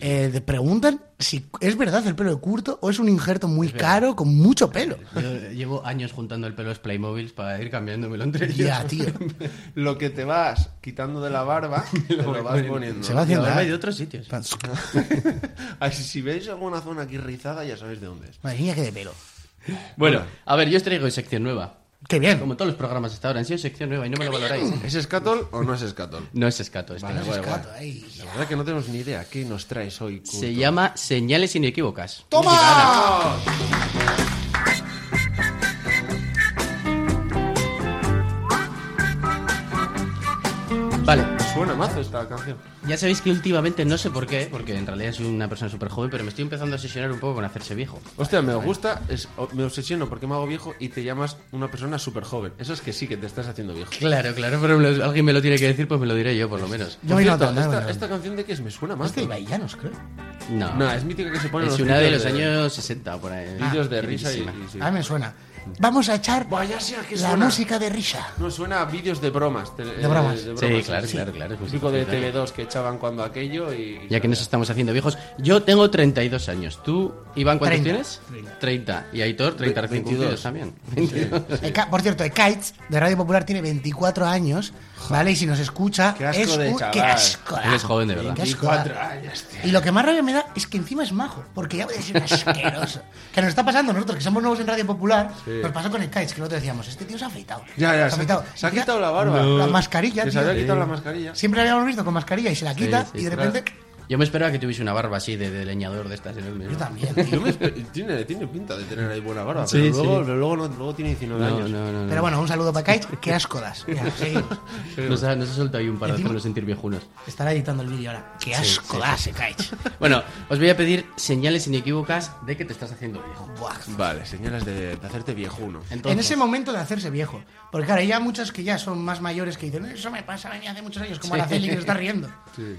Eh, te preguntan si es verdad el pelo de Curto o es un injerto muy caro con mucho pelo. Yo llevo años juntando el pelo de Playmobil para ir cambiándomelo entre ellos. Ya, tío. Lo que te vas quitando de la barba, te lo vas poniendo. Se va Y haciendo. ahora hay ¿eh? de otros sitios. Ay, si veis alguna zona aquí rizada, ya sabéis de dónde es. Madre mía, qué de pelo. Bueno, a ver, yo os traigo sección nueva. Qué bien. Como todos los programas hasta ahora han sido sección nueva y no me lo valoráis. ¿eh? ¿Es escatol o no es escatol? No es escato, este. Vale, vale, Gato, vale. ahí. La verdad que no tenemos ni idea qué nos traes hoy. Curto? Se llama Señales Inequívocas. ¡Toma! Vale. Suena mazo esta canción. Ya sabéis que últimamente, no sé por qué, porque en realidad soy una persona súper joven, pero me estoy empezando a obsesionar un poco con hacerse viejo. Hostia, me gusta, es- o- me obsesiono porque me hago viejo y te llamas una persona súper joven. Eso es que sí que te estás haciendo viejo. Claro, claro, pero me lo- alguien me lo tiene que decir, pues me lo diré yo, por lo menos. Yo Por me cierto, noto, no, esta, no. esta canción de qué es, me suena más. Es Este de Ibaillanos, creo. No. No, es mítica que se pone en es los una de los vídeos años 60, por ahí. Ah, Vídeos de risa y, Queridísima. y sí. A mí Ah, me suena. Vamos a echar Vaya sea que la suena. música de risa. No, suena a vídeos de bromas. te- eh, bromas. Sí, claro, claro, claro, es muy Típico de importante. TV2 que echaban cuando aquello y... y Ya que nos estamos haciendo viejos. Yo tengo 32 años. ¿Tú, Iván, cuántos tienes? 30. Y Aitor, 30 recién 22. cumplidos también. Eka- por cierto, Ekaitz de Radio Popular tiene 24 años, ¿vale? Y si nos escucha, Qué asco es de un- chaval. ¡Qué asco! Eres joven de verdad. Qué asco. ah. 24 años, tío. Y lo que más rabia me da es que encima es majo, porque ya voy a decir asqueroso. que nos está pasando a nosotros, que somos nuevos en Radio Popular, nos pasó con Ekaitz, que nosotros decíamos, este tío se ha afeitado. Ya, ya, se ha se, afeitado. se ha Y ya- quitado la barba. La mascarilla, Que se tío. había quitado la mascarilla. Siempre la habíamos visto con mascarilla y se la quita, Sí, sí, y de claro. repente... Yo me esperaba que tuviese una barba así de, de leñador de estas enormes. Yo ¿no? también, Yo tío. me espe- tiene, tiene pinta de tener ahí buena barba, Sí, pero, luego, sí. pero luego, no- luego tiene 19 No, años. no, no, no. Pero bueno, un saludo para Ekaitz, ¡qué ascodas! Mira, seguimos. Nos ha, nos ha soltado ahí un par de Encima- hacernos sentir viejunos. Estará editando el vídeo ahora. ¡Qué asco eh, da ese Kaich! Bueno, os voy a pedir señales inequívocas de que te estás haciendo viejo. Buah. Vale, señales de, de hacerte viejuno. En Entonces, ese momento de hacerse viejo. Porque claro, hay ya muchos que ya son más mayores que dicen, eso me pasa a mí hace muchos años, como Sí. Araceli que se está riendo.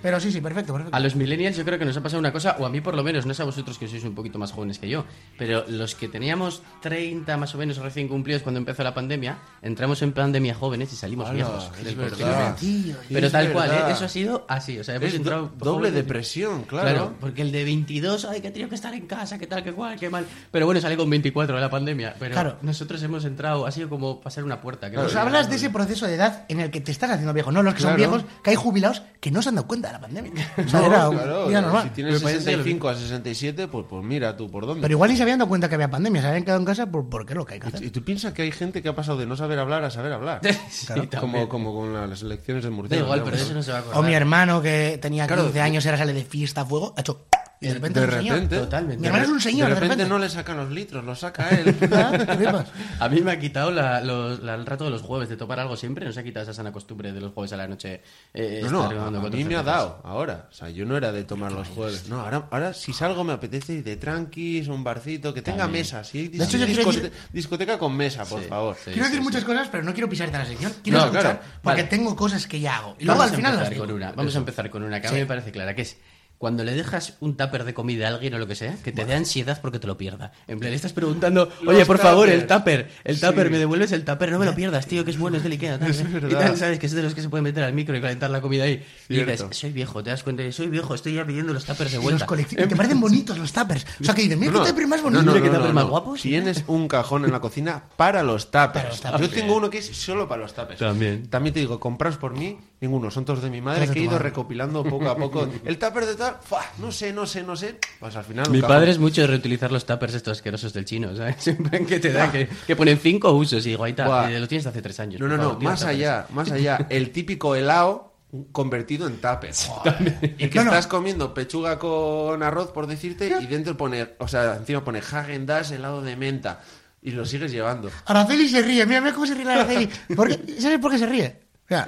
Pero sí, sí, perfecto, perfecto. a los millennials yo creo que nos ha pasado una cosa, o a mí por lo menos, no sé a vosotros que sois un poquito más jóvenes que yo, pero los que teníamos 30 más o menos recién cumplidos cuando empezó la pandemia, entramos en pandemia jóvenes y salimos Hala, viejos es del verdad. confinamiento. Tío, Pero Es tal cual, verdad. ¿eh? eso ha sido así. O sea, hemos Es entrado do- doble jóvenes- depresión, Claro. claro. porque el de 22, ay, que he tenido que estar en casa, que tal, que cual, que mal. Pero bueno, sale con 24 de la pandemia. Pero Claro. nosotros hemos entrado, ha sido como pasar una puerta. Que no Nos había- Pues hablas de ese proceso de edad en el que te estás haciendo viejo, no los que son Claro. viejos, que hay jubilados que no se han dado cuenta de la pandemia. O sea, No, era un claro, eh, día Si normal. tienes Me parece 65 a 67, pues, pues mira tú por dónde. Pero igual ni se habían dado cuenta que había pandemia, se habían quedado en casa por, porque es lo que hay que y hacer. tú piensas que hay gente que ha pasado de no saber hablar a saber hablar. Sí, como, Oh, también. como con las elecciones de Da Murcia. igual, pero digamos. de eso no se va a acordar. O mi hermano que tenía Claro, Eh, 15 años y ahora sale de fiesta a fuego, ha hecho... Y de repente... De es un señor. repente. Totalmente. Mi hermano es un señor, de de repente, repente. no le sacan los litros, los saca él. Ah, ¿qué flipas? A mí me ha quitado la- los- la- el rato de los jueves de topar algo siempre. Nos ha quitado esa sana costumbre de los jueves a la noche. eh, No, no, estar tomando a cuatro mí me ha cervezas. dado ahora. O sea, yo no era de tomar los jueves. No, ahora, ahora si salgo me apetece ir de tranquis, un barcito, que tenga mesa. Si hay dis- De hecho, yo quiero discote- decir- discoteca con mesa, por Sí, favor. sí, Quiero sí, decir sí. muchas cosas, pero no quiero pisarte la sección. Quiero No, escuchar, claro. porque Vale. tengo cosas que ya hago. Y luego Vamos al a final las empezar digo. con una. Vamos a empezar con una que a mí me parece clara, que es cuando le dejas un tupper de comida a alguien o lo que sea, que te dé ansiedad porque te lo pierda. En plan, le estás preguntando, oye, por favor, el tupper, el tupper, ¿me devuelves el tupper? No me lo pierdas, tío, que es bueno, es del Ikea. Tal, tal. y tal, sabes que es de los que se puede meter al micro y calentar la comida ahí. Y dices, Cierto. soy viejo, te das cuenta, de, soy viejo, estoy ya pidiendo los tuppers de Y los vuelta. colectivos. que te parecen bonitos los tuppers. O sea, que dicen, mira No, qué tupper más no, bonito. no, Mira qué no, tupper no, más no. guapos. Tienes un cajón en la cocina para los Para tapers. los tuppers. Yo tengo uno que es solo para los tapers. También. También te digo, comprados por mí, ninguno. Son todos de mi madre Todos de que he tu ido madre. recopilando poco a poco. El tupper de tal, ¡fua! no sé, no sé, no sé. Pues al final. un Mi cajón. padre es mucho de reutilizar los tuppers estos asquerosos del chino, ¿sabes? Siempre que te dan, que, que ponen cinco usos y digo, ahí está, Buah. eh, lo tienes de hace tres años. No, por no, favor, no, tira más tuppers. allá, más allá. El típico helado convertido en tupper. Y que No, no. estás comiendo pechuga con arroz, por decirte, y dentro pone, o sea, encima pone Hagen Dash helado de menta. Y lo sigues llevando. Araceli se ríe. Mira, mira cómo se ríe la Araceli. ¿Por qué? ¿Sabes por qué se ríe? Mira,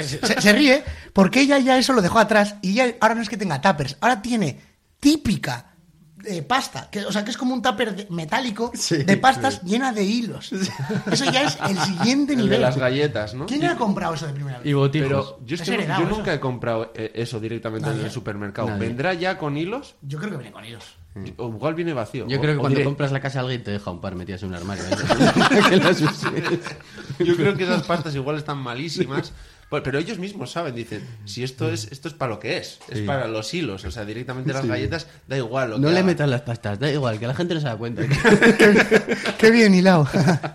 se, se ríe porque ella ya eso lo dejó atrás y ya ahora no es que tenga tuppers, ahora tiene típica eh, pasta, que, o sea que es como un tupper de- metálico de pastas llena de hilos. Eso ya es el siguiente El de nivel. las galletas, ¿no? ¿Quién ha comprado eso de primera vez? Y botijos. Pero yo, es Es que no- heredado, yo eso. nunca he comprado eh, eso directamente en Nadie. el supermercado. Nadie. Mm. ¿Vendrá ya con hilos? Yo creo que viene con hilos. O igual viene vacío. Yo O- creo que o cuando diré, compras la casa alguien te deja un par metidas en un armario. ¿eh? Que las uses. Yo creo que esas pastas igual están malísimas. Pero pero ellos mismos saben, dicen, si esto es, esto es para lo que es, es para los hilos, o sea, directamente las galletas, da igual lo No que le haga. metas las pastas, da igual, que la gente no se da cuenta. Qué bien hilado.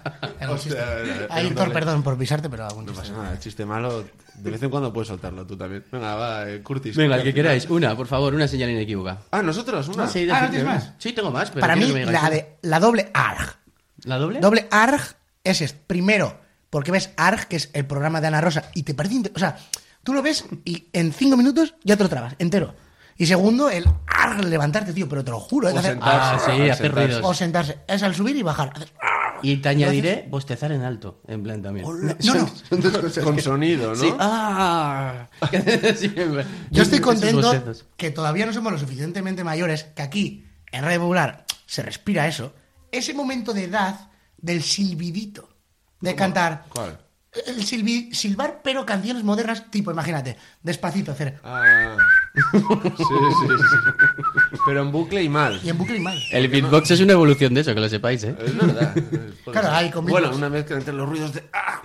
O sea, era- era Ay, un Héctor, doble. perdón por pisarte, pero algún eh, No chiste. pasa nada, chiste malo, de vez en cuando puedes soltarlo tú también. Venga, va, eh, Curtis. Venga, el que queráis, una, por favor, una señal inequívoca. Ah, nosotros, una. Sí, Ah, ¿no decirme tienes una. más? Sí, tengo más, pero Para quiero mí, que me digáis la, una. de, la doble ARG. ¿La doble? Doble ARG es esto. Primero, porque ves ARG, que es el programa de Ana Rosa, y te parece. inte- O sea, tú lo ves y en cinco minutos ya te lo trabas, entero. Y segundo, el ARG levantarte, tío, pero te lo juro. ¿eh? O te hace- sentarse. Ah, sí, Ah, hacer sentarse. ruidos. o sentarse. Es al subir y bajar. haces ARG. Y te añadiré bostezar en alto, en plan también. Hola. No, no. Son dos cosas Con que- sonido, ¿no? Sí. ¡Ah! Sí, en plan. Yo estoy Esos contento bostezos. que todavía no somos lo suficientemente mayores que aquí, en Radio Popular, se respira eso. Ese momento de edad del silbidito, de cantar. ¿Cuál? El silbi- silbar, pero canciones modernas, tipo, imagínate, despacito, hacer. Ah. Sí, sí, sí. Pero en bucle y mal. Y en bucle y mal. Eh, El beatbox es una evolución de eso, que lo sepáis, ¿eh? Es verdad. Puede Claro, ser. ahí con Bueno, mismos. una mezcla entre los ruidos de. ¡Ah!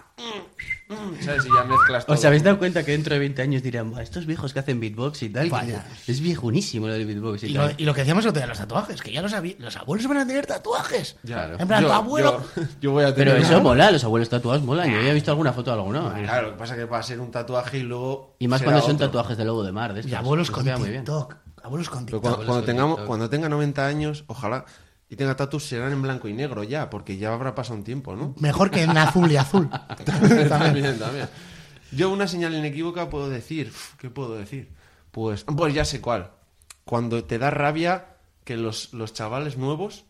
mm, mm, ¿Sabes? Y ya mezclas todo. ¿Os habéis dado cuenta que dentro de 20 años dirán, "Buah, estos viejos que hacen beatbox y tal? Vaya. Es viejunísimo lo del beatbox y, Y lo, tal. y lo que decíamos el otro día, los tatuajes, que ya los, habí- los abuelos van a tener tatuajes. Ya. En plan, Yo- tu abuelo. Yo, yo voy a tener. Pero eso una- mola, los abuelos tatuados molan. Yo ya he visto alguna foto de alguno. eh. Claro, lo que pasa es que va a ser un tatuaje y luego. Y más será cuando son otro. tatuajes de lobo de mar. De estos. Y abuelos Eso con queda muy bien. TikTok. Abuelos con Pero TikTok. cuando, cuando Abuelos tengamos, con cuando tenga 90 años, ojalá. Y tenga tatuajes serán en blanco y negro ya, porque ya habrá pasado un tiempo, ¿no? Mejor que en azul y azul. también, también. Yo una señal inequívoca puedo decir. Uf, ¿Qué puedo decir? Pues, pues ya sé cuál. Cuando te da rabia que los, los chavales nuevos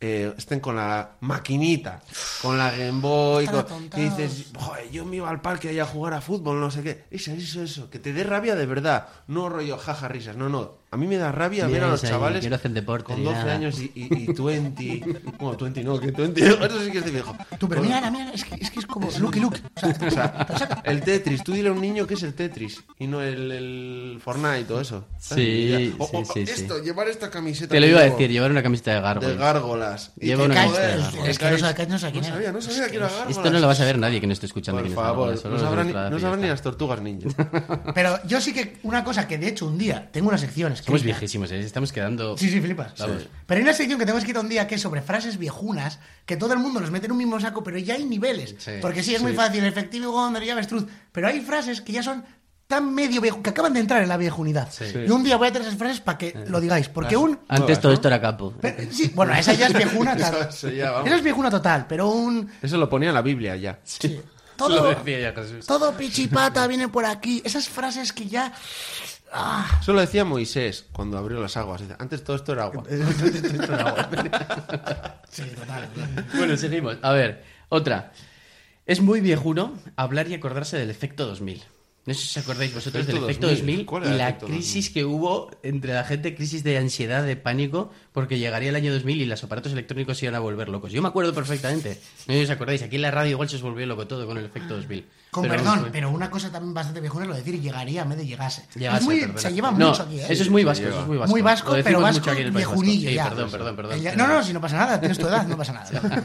eh, estén con la maquinita, con la Game Boy, Están con- que atontados. dices, "Joder, yo me iba al parque ahí a jugar a fútbol, no sé qué. Eso, eso, eso. Que te dé rabia de verdad. No rollo jaja, risas. No, no. A mí me da rabia Mira, ver a los esa, chavales quiero hacer deporte, con ni 12 nada. años y, y, y 20. Bueno, 20 no, que 20. Eso sí que es de viejo. Tú, pero Con- mira, mira, es que es, que es como Lucky Luke. O sea, o sea, el Tetris, tú dile a un niño que es el Tetris y no el, el Fortnite y todo eso. ¿sabes? Sí, Ya. O- o- sí, sí, Esto, llevar esta camiseta. Te lo que iba a llevo decir, llevar una camiseta de De Gargoyles. gárgolas. Y Lleva que- una joder, camiseta de el Es que no Kites- sabe- no sabe quién No sabía, era. no sabía que era gárgolas. Esto no lo vas a ver nadie que no esté escuchando. Por que favor, está no sabrán, Gargoyles, solo los de no nuestra sabrán ni edad y ya las tortugas ninja. Pero yo sí que una cosa que de hecho un día tengo una sección está. escrita. Somos viejísimos, ¿eh? estamos quedando... Sí, sí, flipas. Vamos. Sí. Pero hay una sección que tengo escrita un día que es sobre frases viejunas que todo el mundo los mete en un mismo saco, pero ya hay niveles. Sí, Porque sí, es muy fácil, efectivo, Gondor y avestruz. Pero hay frases que ya son tan medio viejo que acaban de entrar en la viejunidad. Y un día voy a tener esas frases para que lo digáis. Porque un. Antes todo esto era capo. pero- sí, bueno, esa ya es viejuna. claro. Eso ya, vamos. Esa es viejuna total, pero un. Eso lo ponía en la Biblia ya. sí, Lo todo, decía ya Jesús. todo pichipata viene por aquí. Esas frases que ya. Eso lo decía Moisés cuando abrió las aguas. Dice, Antes todo esto era agua. Sí, total. Bueno, seguimos. A ver, otra. Es muy viejuno hablar y acordarse del efecto 2000. No sé si os acordáis vosotros del Efecto efecto 2000. 2000, ¿Cuál y era el la efecto crisis que hubo entre la gente, crisis de ansiedad, de pánico, porque llegaría el año 2000 y los aparatos electrónicos se iban a volver locos. Yo me acuerdo perfectamente. No sé si os acordáis, aquí en la radio igual se os volvió loco todo con el efecto 2000. Con Pero- perdón, pero una cosa también bastante viejuna es lo de decir llegaría en vez de llegase. Llegase, Es muy- perdona. se lleva No, mucho aquí, ¿eh? Eso es muy Se vasco, eso lleva. es muy vasco. Muy vasco, Lo pero decimos vasco mucho aquí en el País Vasco. viejunillo Sí, ya. perdón, perdón, perdón. El ya- No, no, si no pasa nada, tienes tu edad, no pasa nada.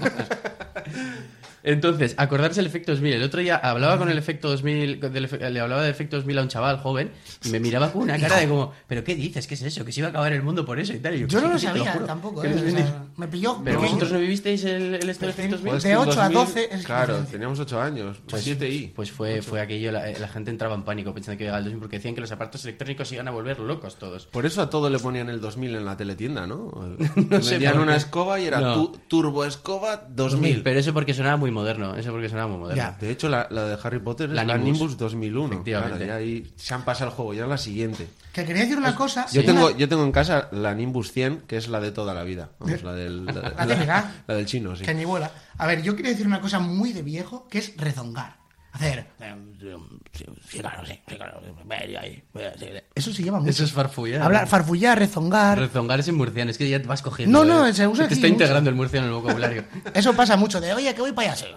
Entonces, acordarse el efecto 2000. El otro día hablaba con el efecto 2000, con- del efe- le hablaba del efecto 2000 a un chaval joven y me miraba con una cara de como, ¿pero qué dices? ¿Qué es eso? ¿Que se iba a acabar el mundo por eso y tal? Y Yo "Sí, no lo sí, te sabía juro". tampoco, Que ¿eh? no O sabía. sea, me pilló. Pero pequeño. vosotros no vivisteis el, el esto del efecto 2000. Pues de que en 8 a 2000, 12 es Claro, diferencia. teníamos 8 años. 7 y. Pues fue, fue aquello, la, la gente entraba en pánico pensando que iba a llegar el 2000 porque decían que los aparatos electrónicos se iban a volver locos todos. Por eso a todo le ponían el 2000 en la teletienda, ¿no? sé, Vendían pero- una escoba y era No. tu- Turbo Escoba 2000. Pero eso porque sonaba muy moderno, eso porque sonaba muy moderno. Ya. De hecho, la, la de Harry Potter es La la Nimbus, Nimbus. 2001. Efectivamente. Claro, ya ahí se han pasado el juego, ya es la siguiente. Que quería decir una cosa. Yo, una- tengo, yo tengo en casa la Nimbus 100, que es la de toda la vida. Vamos, la, del, la, La típica. la del chino, sí. Que ni vuela. A ver, yo quería decir una cosa muy de viejo, que es rezongar. Hacer. Eso se lleva mucho. Eso es farfullar. Hablar, farfullar, rezongar. Rezongar es en murciano, es que ya te vas cogiendo. No, no, ¿eh? se usa Te aquí está mucho. integrando el murciano en el vocabulario. Eso pasa mucho, de oye, que voy para allá.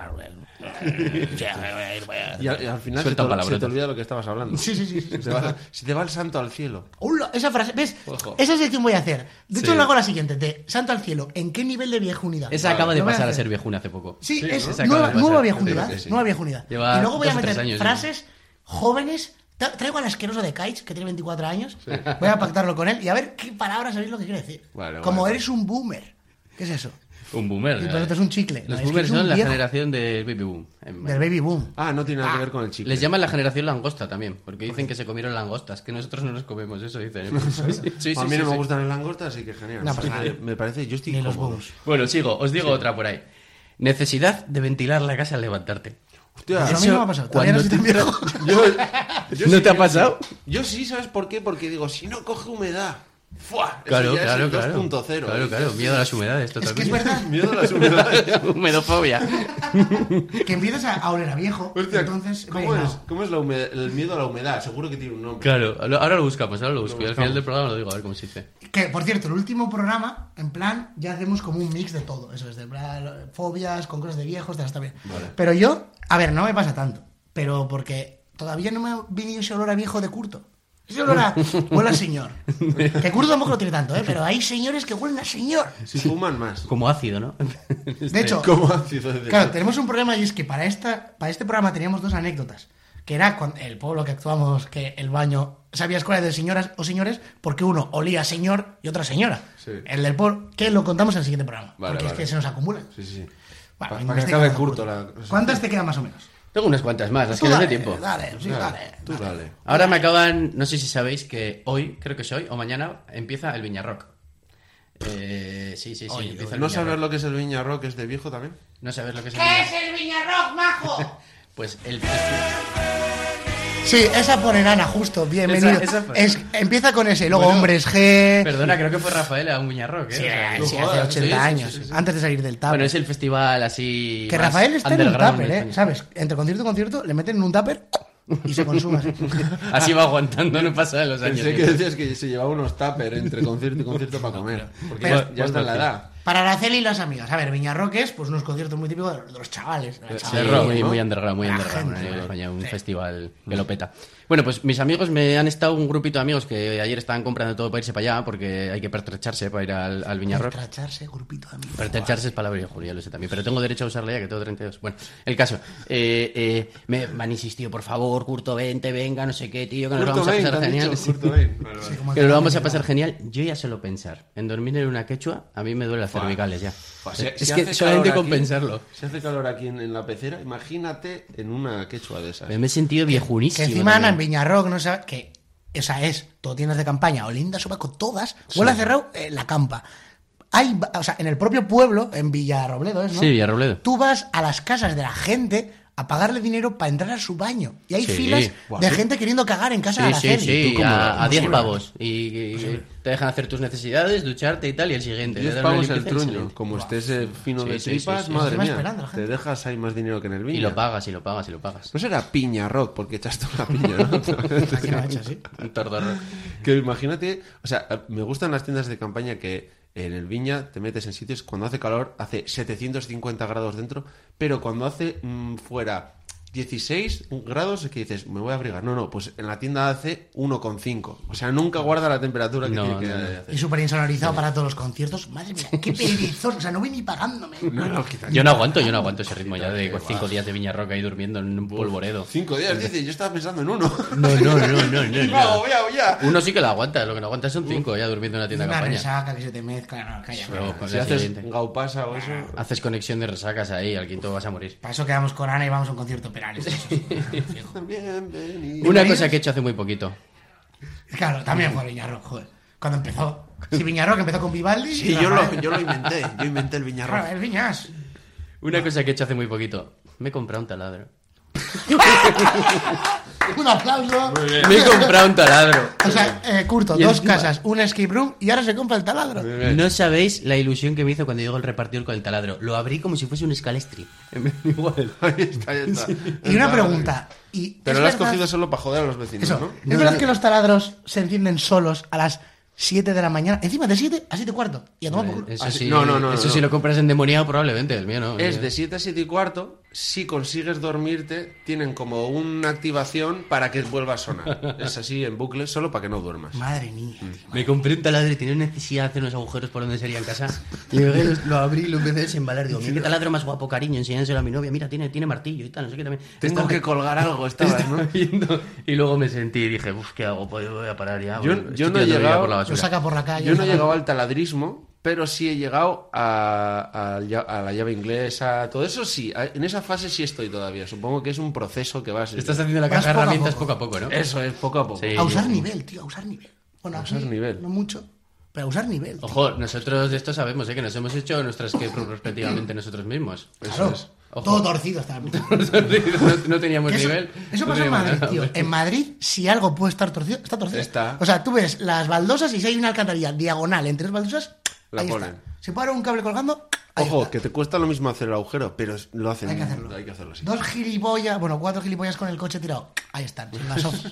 Y al, y al final se Suelta te, ol- se palabrotas. te olvida lo que estabas hablando. Sí, sí, sí, sí. Se te va, se te va el santo al cielo. Hola, esa frase, ¿ves? Ojo. Esa es la que voy a hacer. De hecho, Sí. la hago la siguiente, de Santo al Cielo, ¿en qué nivel de viejunidad? Esa acaba de Lo voy pasar a hacer. ser viejuna hace poco. Sí, es Esa acaba nueva, de pasar. nueva viejunidad, Sí, sí, sí. nueva viejunidad. Lleva y luego voy a dos o tres meter años, ¿no? frases jóvenes. Tra- Traigo al asqueroso de Kites, que tiene 24 años. Voy a pactarlo con él y a ver qué palabras sabéis lo que quiere decir. Vale, Como vale. eres un boomer. ¿Qué es eso? Un boomer. Y ¿eh? pero esto es un chicle. No, Los es que boomers es un son la viejo. generación del baby boom. En- Del baby boom. Ah, no tiene nada que ver con el chico. Les llaman la generación langosta también, porque dicen que se comieron langostas, que nosotros no nos comemos, eso dicen. Sí, sí, sí, a mí sí, no me sí. gustan las langostas, así que genial. No, pues nada. me, me parece, yo estoy Ni los cómodo. boomers. Bueno, sigo, os digo otra por ahí. Necesidad de ventilar la casa al levantarte. Pues Hostia, Eso a mí no me ha pasado. Todavía no cuando soy tan viejo. yo- ¿No te ha pasado? Yo sí, ¿sabes por qué? Porque digo, si no coge humedad. ¡Fua! Claro, Eso ya claro, es el claro. 2.0. Claro, claro, miedo a las humedades, ¿eh? Es que es totalmente. verdad Miedo a las humedades. Humedofobia. que empiezas a, a oler a viejo. Hostia, entonces, ¿cómo venga, es, cómo es la humed- el miedo a la humedad? Seguro que tiene un nombre. Claro, ahora ahora lo buscamos, ahora lo busco. y al final del programa lo digo, a ver cómo se dice. Que, por cierto, el último programa, en plan, ya hacemos como un mix de todo. Eso es, de plan, fobias, con cosas de viejos, tal, está bien. Pero yo, a ver, no me pasa tanto. Pero porque todavía no me ha venido ese olor a viejo de curto. Ese olor a... Huele a señor. Que curto tampoco lo tiene tanto, ¿eh? Pero hay señores que huelen a señor. Si fuman más. Eh, Como ácido, ¿no? De hecho, Este, ¿Cómo ácido de Claro, tenemos un problema y es que para, esta, para este programa teníamos dos anécdotas. Que era con el pueblo que actuamos, que el baño. Sabías cuál era de señoras o señores, porque uno olía a señor y otra señora. Sí. El del pueblo, que lo contamos en el siguiente programa. Vale, porque es vale. que se nos acumulan. Sí, sí. Pa- Bueno, para este me que estoy acabe quedando curto corto. la- ¿Cuántas te quedan más o menos? Tengo unas cuantas más, las Tú que nos dé dale, tiempo. Dale, sí, Dale, dale. tú dale. Ahora me acaban, no sé si sabéis que hoy, creo que es hoy, o mañana, empieza el Viñarrock. Eh, sí, sí, sí, empieza el ¿No Viñarrock. saber lo que es el Viña Rock es de viejo también? No sabes lo que es el ¿Qué es Viñarrock. el Viñarrock, majo? Pues el festival... Sí, esa por Enana, justo. Bienvenido. Esa- esa por- Es- empieza con ese, luego Bueno, hombres G. Perdona, creo que fue Rafael a un Viñarrock, ¿eh? O Sí, sea, sí, jodas, hace 80 sí, años. Antes de salir del tab. Bueno, es el festival así... Que más Rafael está en un underground tupper, de ¿eh? España. ¿Sabes? Entre concierto y concierto le meten en un tupper y se consume así. Así va aguantando, no pasa de los años. Pensé que decías que se llevaba unos tupper entre concierto y concierto para comer. Porque Pero- ya, ya está en la edad. Para Araceli y las amigas. A ver, Viñarroques, pues unos conciertos muy típicos de los- de los chavales. de las Eh, Sí, chavalas. rock, muy, ¿no? muy underground, muy La underground gente, a nivel ¿no? español, un Sí. festival que lo peta. Bueno, pues mis amigos me han estado un grupito de amigos que ayer estaban comprando todo para irse para allá, porque hay que pertrecharse para ir al, al Viñarrock. Tracharse, grupito de amigos. Pertrecharse es palabra viejo, ya lo sé también, pero tengo derecho a usarla ya que tengo 32. Bueno, el caso, eh, eh, me, me han insistido, por favor, Curto, vente, venga, no sé qué, tío, que nos Curto vamos a Bain, pasar te han genial. dicho, Sí. Curto Bain. Vale, vale. Sí, como Que nos el- lo vamos a pasar genial. Yo ya solo pensar en dormir en una quechua, a mí me duele las cervicales ya. Pues si- Eh, es si que hace solamente calor con aquí- pensarlo. Si hace calor aquí en, en la pecera, imagínate en una quechua de esas. Me he sentido Que viejunísimo. encima Ana, en también. Viñarroc, no sabes que esa es, todo tiendas de campaña, Olinda, Sobaco, todas, huele a cerrado eh, la campa. Hay, ba- o sea, en el propio pueblo, en Villarrobledo, ¿es, ¿no? Sí, Villarrobledo. Tú vas a las casas de la gente a pagarle dinero para entrar a su baño. Y hay Sí. filas Guau, de sí. gente queriendo cagar en casa de Sí, la sí, gente. sí, a, a 10 Imposible. pavos. Y, y- te dejan hacer tus necesidades, ducharte y tal, y el siguiente. le 10 dan una pavos el limpieza y truño. siguiente. Como estés eh, fino Sí, de sí, tripas, sí, sí. madre Encima esperando la mía. gente. Te dejas ahí más dinero que en el Y viña. lo pagas, y lo pagas, y lo pagas. No será piña rock, porque echaste una piña, ¿no? Aquí no ha hecho así. Un tordorro. que imagínate, o sea, me gustan las tiendas de campaña que en el viña te metes en sitios cuando hace calor, hace 750 grados dentro, pero cuando hace mm, fuera 16 grados es que dices, me voy a abrigar. No, no, pues en la tienda hace 1,5. O sea, nunca guarda la temperatura que No, tiene que no, no. hacer. Y súper insonorizado para todos los conciertos. Madre mía, qué perezoso. O sea, no voy ni pagándome. No, no, quita- Yo no aguanto, yo no aguanto ese ritmo ya de 5 días de Viñarroca ahí durmiendo en un polvoredo. Cinco días, dices, yo estaba pensando en uno. No, no, no, no, no. Iba, no. obvia, obvia. Uno sí que lo aguanta, lo que no aguanta son 5 ya durmiendo en una tienda de Una campaña. resaca que se te mezcla. No, calla. Pero con Si la haces siguiente. Ah. gaupasa o eso... Haces conexión de resacas ahí, al quinto vas a morir. Para eso quedamos con Ana y vamos a un concierto de Perales. Fijo. Bienvenido. Una Bienvenidos. cosa que he hecho hace muy poquito. claro, también fue Viñarroc, joder. Cuando empezó. Sí, Viñarroc empezó con Vivaldi. Sí, yo lo, yo lo inventé. Yo inventé el viñarro. Rafael Viñas. Una cosa que he hecho hace muy poquito. Me he comprado un taladro. Un aplauso. Me he comprado un taladro. O sea, eh, Curto, Y dos encima- casas, un escape room y ahora se compra el taladro. No sabéis la ilusión que me hizo cuando llegó el repartidor con el taladro. Lo abrí como si fuese un escalestri. Igual. Ahí está, ahí está. Y una pregunta. ¿y Pero es lo has verdad- cogido solo para joder a los vecinos, Eso, ¿no? ¿Es verdad que los taladros se encienden solos a las 7 de la mañana? Encima de 7 a 7 y cuarto. Y a tomar por culo. Eso Así- sí, no, no, no, eso no. sí lo compras endemoniado probablemente, el mío no. Es de 7 a 7 y cuarto. Si consigues dormirte, tienen como una activación para que vuelva a sonar. Es así en bucle, solo para que no duermas. Madre mía. tío. Me compré un taladro y tenía necesidad de hacer unos agujeros por donde sería en casa. Llegué, lo- lo abrí y lo empecé a desembalar. Digo, mira qué taladro más guapo, cariño, enseñándoselo a mi novia. Mira, tiene, tiene martillo y tal, no sé qué también. Tengo Estaba- que colgar algo, estabas, ¿no? viendo, y luego me sentí y dije, uff, ¿qué hago? Pues voy a parar ya. Yo- estoy yo no he tirando vida llegado- por la Lo basura. saca por la calle. Yo no he saca- llegado al taladrismo, pero sí he llegado a, a la lla- a la llave inglesa, todo eso sí. a- En esa fase sí estoy todavía. Supongo que es un proceso que va a ser. Estás haciendo la Vas caja de poco a herramientas poco. poco a poco, ¿no? Eso es poco a poco. Sí. A usar nivel, tío, a usar nivel. Bueno, Eh, A usar aquí nivel. No mucho, pero a usar nivel. tío. Ojo, nosotros de esto sabemos, ¿eh? que nos hemos hecho nuestras que prospectivamente nosotros mismos. Eso Claro. es. Ojo. Todo torcido hasta la puta. no, no teníamos Eso, nivel. eso no pasa teníamos en Madrid, nada. tío. En Madrid, si algo puede estar torcido, está torcido. Está. O sea, tú ves las baldosas y si hay una alcantarilla diagonal entre las baldosas, La ahí ponen. está. Si puede haber un cable colgando, ahí Ojo, está. que te cuesta lo mismo hacer el agujero, pero es- lo hacen. Hay que hacerlo. Hay que hacerlo así. Dos gilipollas, bueno, cuatro gilipollas con el coche tirado. Ahí están, sin las hojas.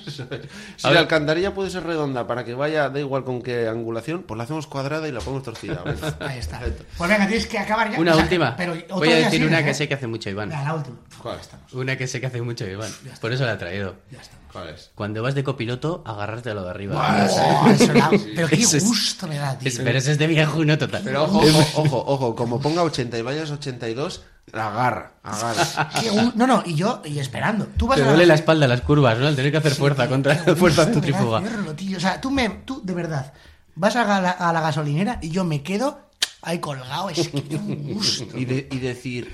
Si la alcantarilla puede ser redonda para que vaya, da igual con qué angulación, pues la hacemos cuadrada y la ponemos torcida. Bueno. Ahí está. Pues venga, tienes que acabar ya. Una O sea, última. pero otro Voy a día decir sí, una ¿eh? que sé que hace mucho Iván. Venga, la última. ¿Cuál? Una que sé que hace mucho Iván. Por eso la he traído. Ya está. ¿Cuál es? Cuando vas de copiloto, agarrarte a lo de arriba. Oh, eso da- Pero qué Eso es- gusto me da, tío. Es- pero eso es de viejuno total. Pero ojo, ojo, ojo, ojo, como ponga 80 y vayas 82, la agarra, agarra. Qué gu- No, no, y yo, y esperando. Tú vas Te a duele la espalda, las curvas, ¿no? El tener que hacer fuerza contra Qué fuerza gusto me da centrífuga. hacerlo, tío. O sea, tú, me, tú, de verdad, vas a la, a la gasolinera y yo me quedo ahí colgado. Es que qué gusto. Y, de- y decir,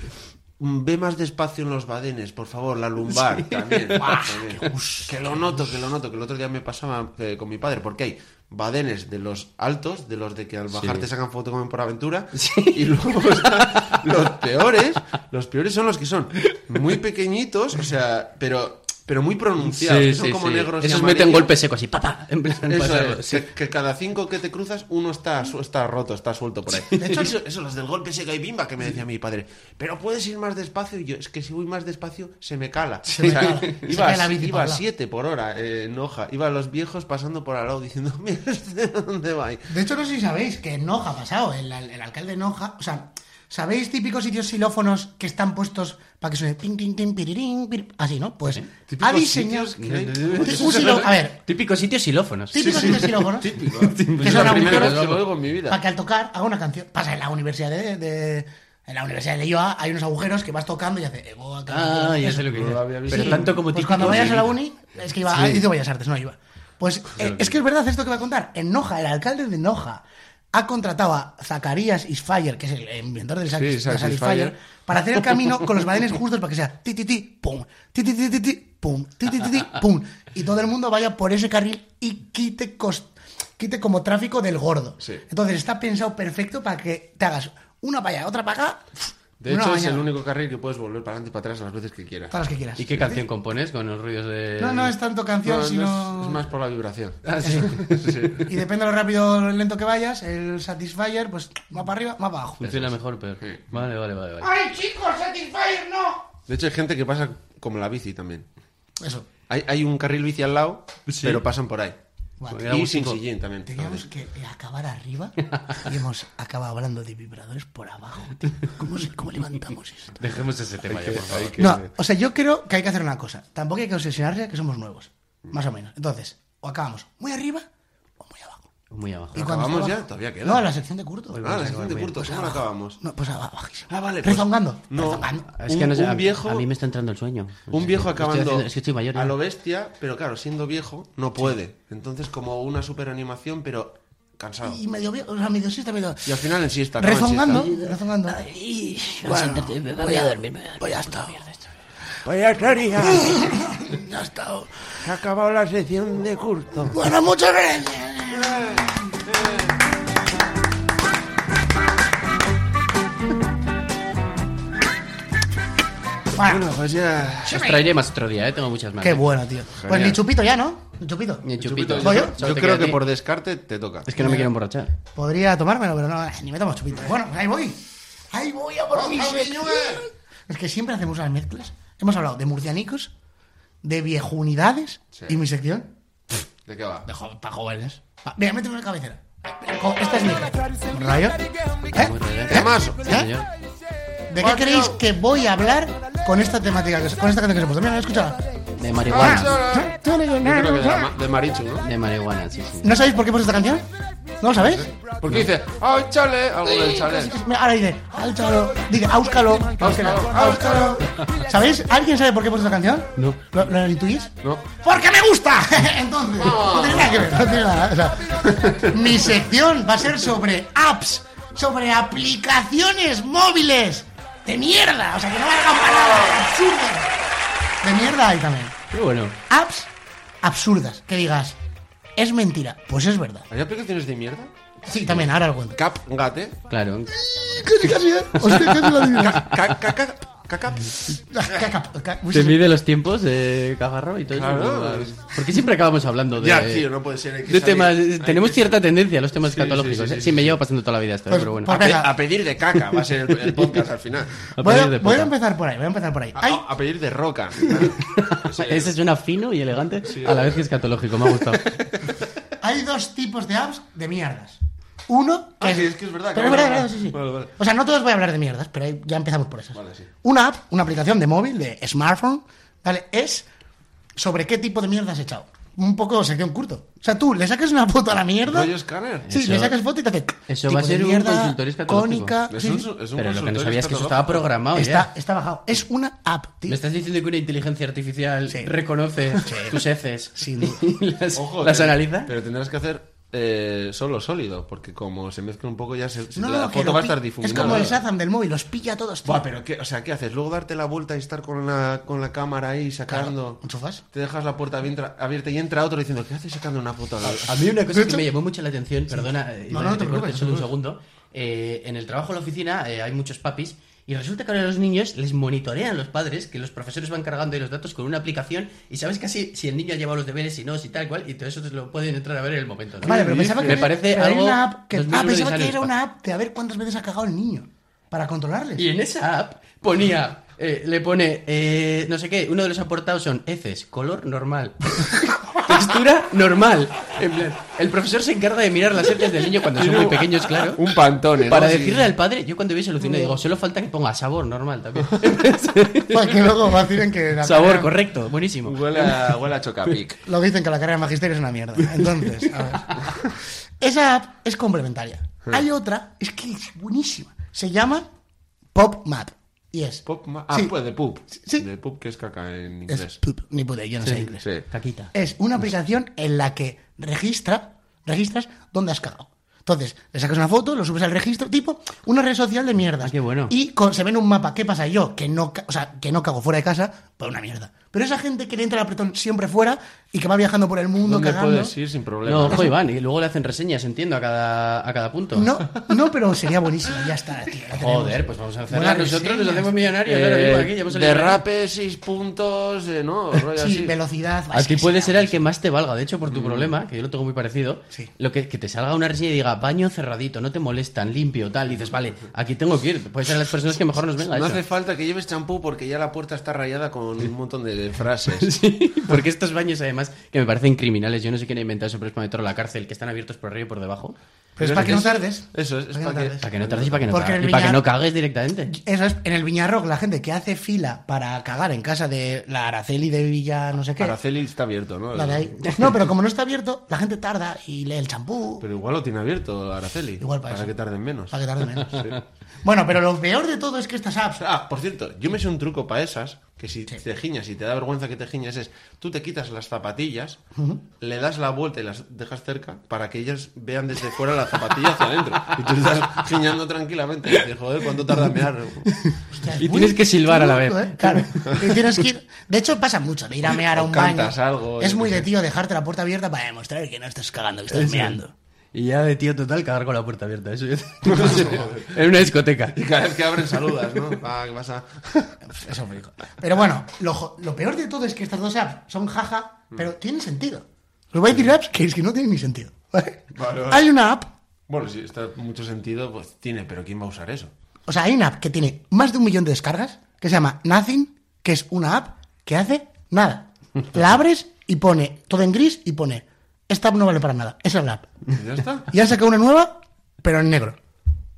"Mm, ve más despacio en los badenes, por favor, la lumbar también. también". Que lo noto, que lo noto, que el otro día me pasaba eh, con mi padre, porque hay badenes de los altos, de los de que al bajar te sacan foto como en por aventura, y luego están los peores, los peores son los que son muy pequeñitos, o sea, pero, pero muy pronunciados, que son como negros. y Esos meten amarillos. golpes secos y papá. En plan, Eso pasarlo, es, sí. que, que cada cinco que te cruzas, uno está, su- está roto, está suelto por ahí. De hecho, eso, eso, los del golpe seca y bimba que me decía mi padre. Pero puedes ir más despacio. Y yo, es que si voy más despacio, se me cala. me O sea, cala. Se Iba, cae la a- bici iba para a el lado. 7 por hora eh, en hoja. Iba a los viejos pasando por al lado diciendo, mira, este, ¿dónde va? ahí?". De hecho, no sé si sabéis que en Noja ha pasado, el, al- el alcalde de Noja. O sea, ¿sabéis típicos sitios xilófonos que están puestos para que suene tin, tin, tin, pirirín, pir- Así, ¿no? Pues ha Típicos diseñado. sitios que hay- Un xilo- a ver, Típico sitio xilófonos. típicos sitios xilófonos. Típico. Que Es son la primera agujeros. vez que lo oigo en mi Para vida. que al tocar haga una canción. Pasa en la universidad de. de- en la universidad de Iowa hay unos agujeros que vas tocando y hace. Evoca, Ah, ya sé lo que No lo dices. había visto. Pero Sí, tanto como pues típico cuando vayas a la de- uni, es que iba ah, hice Bellas Artes, no iba. Pues eh, es que es verdad esto que voy a contar. En Noja, el alcalde de Noja ha contratado a Zacarías Isfire, que es el inventor del Sí, sax- sax saxifyer, Isfire. para hacer el camino con los badenes justos para que sea ti ti ti pum, ti ti ti ti ti pum, ti ti ti ti pum y todo el mundo vaya por ese carril y quite cos- quite como tráfico del gordo. Sí. Entonces está pensado perfecto para que te hagas una para allá, otra para acá. De una hecho, es mañana, el único carril que puedes volver para adelante y para atrás las veces que quieras. todas las que quieras. ¿Y qué canción compones con los ruidos de.? No, no es tanto No, canción, no, es- sino es, más por la vibración. Ah. Y depende de lo rápido o lo lento que vayas, el Satisfyer, pues va para arriba, va para abajo. Funciona mejor o peor. Vale, vale, vale. vale. ¡Ay, chicos, Satisfyer no! De hecho, hay gente que pasa como la bici también. Eso. Hay, hay un carril bici al lado, pero pasan por ahí. Vale. Era y un sin cinco. sillín también. Teníamos que acabar arriba y hemos acabado hablando de vibradores por abajo. tío. ¿Cómo, se- cómo levantamos esto? Dejemos ese tema ya, por favor. No, o sea, yo creo que hay que hacer una cosa. Tampoco hay que obsesionarse que somos nuevos. Más o menos. Entonces, o acabamos muy arriba o muy abajo. Muy abajo. Y cuando ¿Acabamos esté ya? abajo- Todavía queda. No, la sección de curto. Ah, la sección de curto. ¿Cómo la acabamos? No, pues abajo, bajísimo. Ah, vale, pues- Rezongando. No. rezongando. Es Un- que no sé, un a- viejo- A mí me está entrando el sueño. Un viejo Estoy acabando haciendo- es que estoy mayor. ¿eh? ya. a lo bestia, pero claro, siendo viejo, no puede. Entonces, como una super animación, pero cansado. Y medio, bien, o sea, medio siesta, medio... Y al final en siesta. acaba en Rezongando, siesta. rezongando. Bueno, voy a dormir, voy a estar. Vaya Soria, Ya está. se ha acabado la sección de curso. Bueno, muchas gracias. Bueno, Bueno, pues ya. Os traeré más otro día, ¿eh? Tengo muchas más. qué bueno, tío. Pues Genial. ni chupito ya, ¿no? Ni chupito. Ni chupito. ¿Voy yo? Yo Solo te ¿Eh? queda a creo que ti. por descarte te toca. Es que no me quiero emborrachar. Podría tomármelo, pero no, ni me tomo chupito. Bueno, ahí voy. Ahí voy a por mi Vamos, sección. señor. Es que siempre hacemos las mezclas. Hemos hablado de murcianicos, de viejunidades Sí. y mi sección ¿De qué va? De jo- pa' jóvenes. Pa- Mira, méteme una cabecera. Jo- Esta es mi. ¿Rayo? ¿Eh? ¡Temazo! Sí, ¿Eh? señor. ¿De qué creéis que voy a hablar con esta temática, que- con esta canción que se ha puesto? Mira, escúchala. De marihuana. Yo creo que de, la ma- de Marichu, ¿no? De marihuana, sí, sí. Ah. ¿No sabéis por qué puse esta canción? ¿No lo sabéis? Porque dice, ¡ay, chale! Algo del chale. Mira, ahora dice, áuscalo, dice, áuscalo, áuscalo, áuscalo. ¿Sabéis? ¿Alguien sabe por qué puse esta canción? No. ¿Lo, lo intuís? No. ¡Porque me gusta! Entonces, no tiene nada que ver, no tiene nada, o sea, mi sección va a ser sobre apps, sobre aplicaciones móviles de mierda. O sea, que no valgan para nada, absurdas. De mierda hay también. Pero bueno. Apps absurdas, que digas, es mentira. Pues es verdad. ¿Hay aplicaciones de mierda? Sí, también, ahora lo cuento. Cap, gate. Claro. Casi, casi, eh. Hostia, casi lo adivinas. Ca- ca- ca- caca. Caca, caca, muy ¿Te sencillo. mide los tiempos de Cagarro y todo Claro. eso? Porque siempre acabamos hablando de. Ya, tío, no puede ser. hay que eh. de salir. temas, eh, Hay tenemos que- cierta tendencia a los temas Sí, escatológicos. sí, Sí, sí, sí, sí, me sí. lleva pasando toda la vida esto, Pues, pero bueno. por A, pe- Venga. a pedir de caca va a ser el, el podcast al final. A Voy pedir a, de voy a puta. empezar por ahí, voy a empezar por ahí. A, Hay- a pedir de roca. Ese suena fino y elegante a la vez que escatológico, me ha gustado. Hay dos tipos de apps de mierdas. Uno que Ah, sí, es que es verdad, Pero claro, verdad, claro. verdad, sí, sí. Vale, vale. O sea, no todos voy a hablar de mierdas, pero ahí ya empezamos por esas. Vale, sí. Una app, una aplicación de móvil, de smartphone, ¿vale? Es sobre qué tipo de mierda has echado. Un poco sección curto. O sea, tú le sacas una foto a la mierda. ¿Rollo escáner? Sí, Eso- le sacas foto y te hace. eso tipo va a de ser un mierda, consultorio escatológico. Cónica. Es sí, un- Ah, es sí. un Pero lo que no consultorio sabía es que escatológico. eso estaba programado está, ya. está bajado. Es una app, tío. Me estás diciendo que una inteligencia artificial Sí. reconoce tus heces Sin duda. y las, Ojo, eh. las te- analiza. Pero tendrás que hacer eh, solo sólido, porque como se mezcla un poco ya se, se- No, la no, que foto lo va a pi- estar Es difuminada. como el Shazam del móvil, los pilla a todos. tío. Buah, pero qué, o sea, ¿qué haces? Luego darte la vuelta y estar con la, con la cámara ahí sacando. Claro, enchufas. Te dejas la puerta abierta, abierta y entra otro diciendo, ¿qué haces sacando una foto a la A mí una cosa que me llamó mucho la atención, perdona, eh, No, no, no te te corto preocupes, no solo un te segundo. Eh, en el trabajo en la oficina eh, hay muchos papis y resulta que ahora los niños les monitorean los padres, que los profesores van cargando ahí los datos con una aplicación y sabes casi si el niño ha llevado los deberes, si no, si tal cual, y todo eso te lo pueden entrar a ver en el momento. ¿no? Vale, pero pensaba que me era- parece pero hay algo. una app que, 2001 ah, pensaba Odisea que en era el una espacio. app de a ver cuántas veces ha cagado el niño para controlarles. Y en esa app ponía, eh, le pone, eh, no sé qué, uno de los aportados son heces, color normal, textura normal. En plan, el profesor se encarga de mirar las heces del niño cuando son muy pequeños, claro. Un ¿eh? pantone, ¿no? Para Sí. decirle al padre, yo cuando vi aluciné digo, solo falta que ponga sabor normal también. Pues que luego va a decir en que la sabor carrera- correcto, buenísimo. Huele a, huele a chocapic. Lo que dicen que la carrera de magisterio es una mierda. Entonces, a ver. Esa app es complementaria. Hay otra, es que es buenísima. Se llama PopMap. Y es. Pop ma- ah, Sí. pues de pup. sí. De pup que es caca en es inglés. pup, ni puta, yo no sé inglés. Sí. Caquita. Eh, Es una aplicación en la que registra, registras dónde has cagado. Entonces, le sacas una foto, lo subes al registro, tipo una red social de mierda. Ah, qué bueno. Y con- se ve en un mapa, ¿qué pasa yo? Que no, ca- o sea, que no cago fuera de casa, pues una mierda. Pero esa gente que le entra el apretón siempre fuera y que va viajando por el mundo ¿Dónde cagando. puedes ir sin problema? No, ojo, Iván, y luego le hacen reseñas, entiendo, a cada, a cada punto. No, no, pero sería buenísimo, ya está, tío. la tenemos. Joder, pues vamos a Buenas hacerla. Nosotros nos reseñas. hacemos millonarios. ahora mismo aquí, ya hemos Eh, salido millonarios. derrape, seis puntos, eh, no, rollo Sí, así. velocidad. A Pues es ti que puede sí, ser el vamos. que más te valga, de hecho, por tu problema, que yo lo tengo muy parecido. Sí. Lo que, que te salga una reseña y diga baño cerradito, no te molestan, limpio, tal. Y dices, vale, aquí tengo que ir. Puede ser las personas que mejor nos venga No eso. hace falta que lleves champú porque ya la puerta está rayada con un montón de, de frases. Sí, porque estos baños, además, que me parecen criminales. Yo no sé quién ha inventado eso, pero es para meterlo a la cárcel, que están abiertos por arriba y por debajo. Pero es para que no tardes. Eso es, es Para que para no que. Para que no tardes y para que no, Porque ca- en el y para que Villar- no cagues directamente. Eso es, en el Viñarrock, la gente que hace fila para cagar en casa de la Araceli de Villa, no sé qué. Araceli está abierto, ¿no? la de ahí. No, pero como no está abierto, la gente tarda y lee el champú. Pero igual lo tiene abierto Araceli. Igual para eso. que tarden menos. Para que tarde menos. Bueno, pero lo peor de todo es que estas apps. Ah, por cierto, yo me sé un truco para esas, que si te giñas y te da vergüenza que te giñas es, tú te quitas las zapatillas, le das la vuelta y las dejas cerca para que ellas vean desde fuera las zapatillas hacia adentro. Y tú estás giñando tranquilamente. Y dices, joder, ¿cuánto tarda en mear? hostia, es Y muy tienes que silbar a la vez. duro, ¿eh? Claro. Y tienes que ir- De hecho, pasa mucho de ir a mear a O un baño. cantas algo, es yo muy qué de sé. tío dejarte la puerta abierta para demostrar que no estás cagando, que estás meando. Y ya de tío total cagar con la puerta abierta. Eso yo- en una discoteca. Y cada vez que abren saludas, ¿no? Ah, ¿qué pasa? Eso me dijo. Pero bueno, lo, jo- lo peor de todo es que estas dos apps son jaja, Mm. pero tienen sentido. Os voy a decir apps que es que no tienen ni sentido. ¿vale? Vale, vale. Hay una app, Bueno, si está mucho sentido, pues tiene, pero ¿quién va a usar eso? o sea, hay una app que tiene más de un millón de descargas, que se llama Nothing, que es una app que hace nada. La abres y pone todo en gris y pone, esta app no vale para nada, esa es la app. Y ya está. Y han sacado una nueva, pero en negro.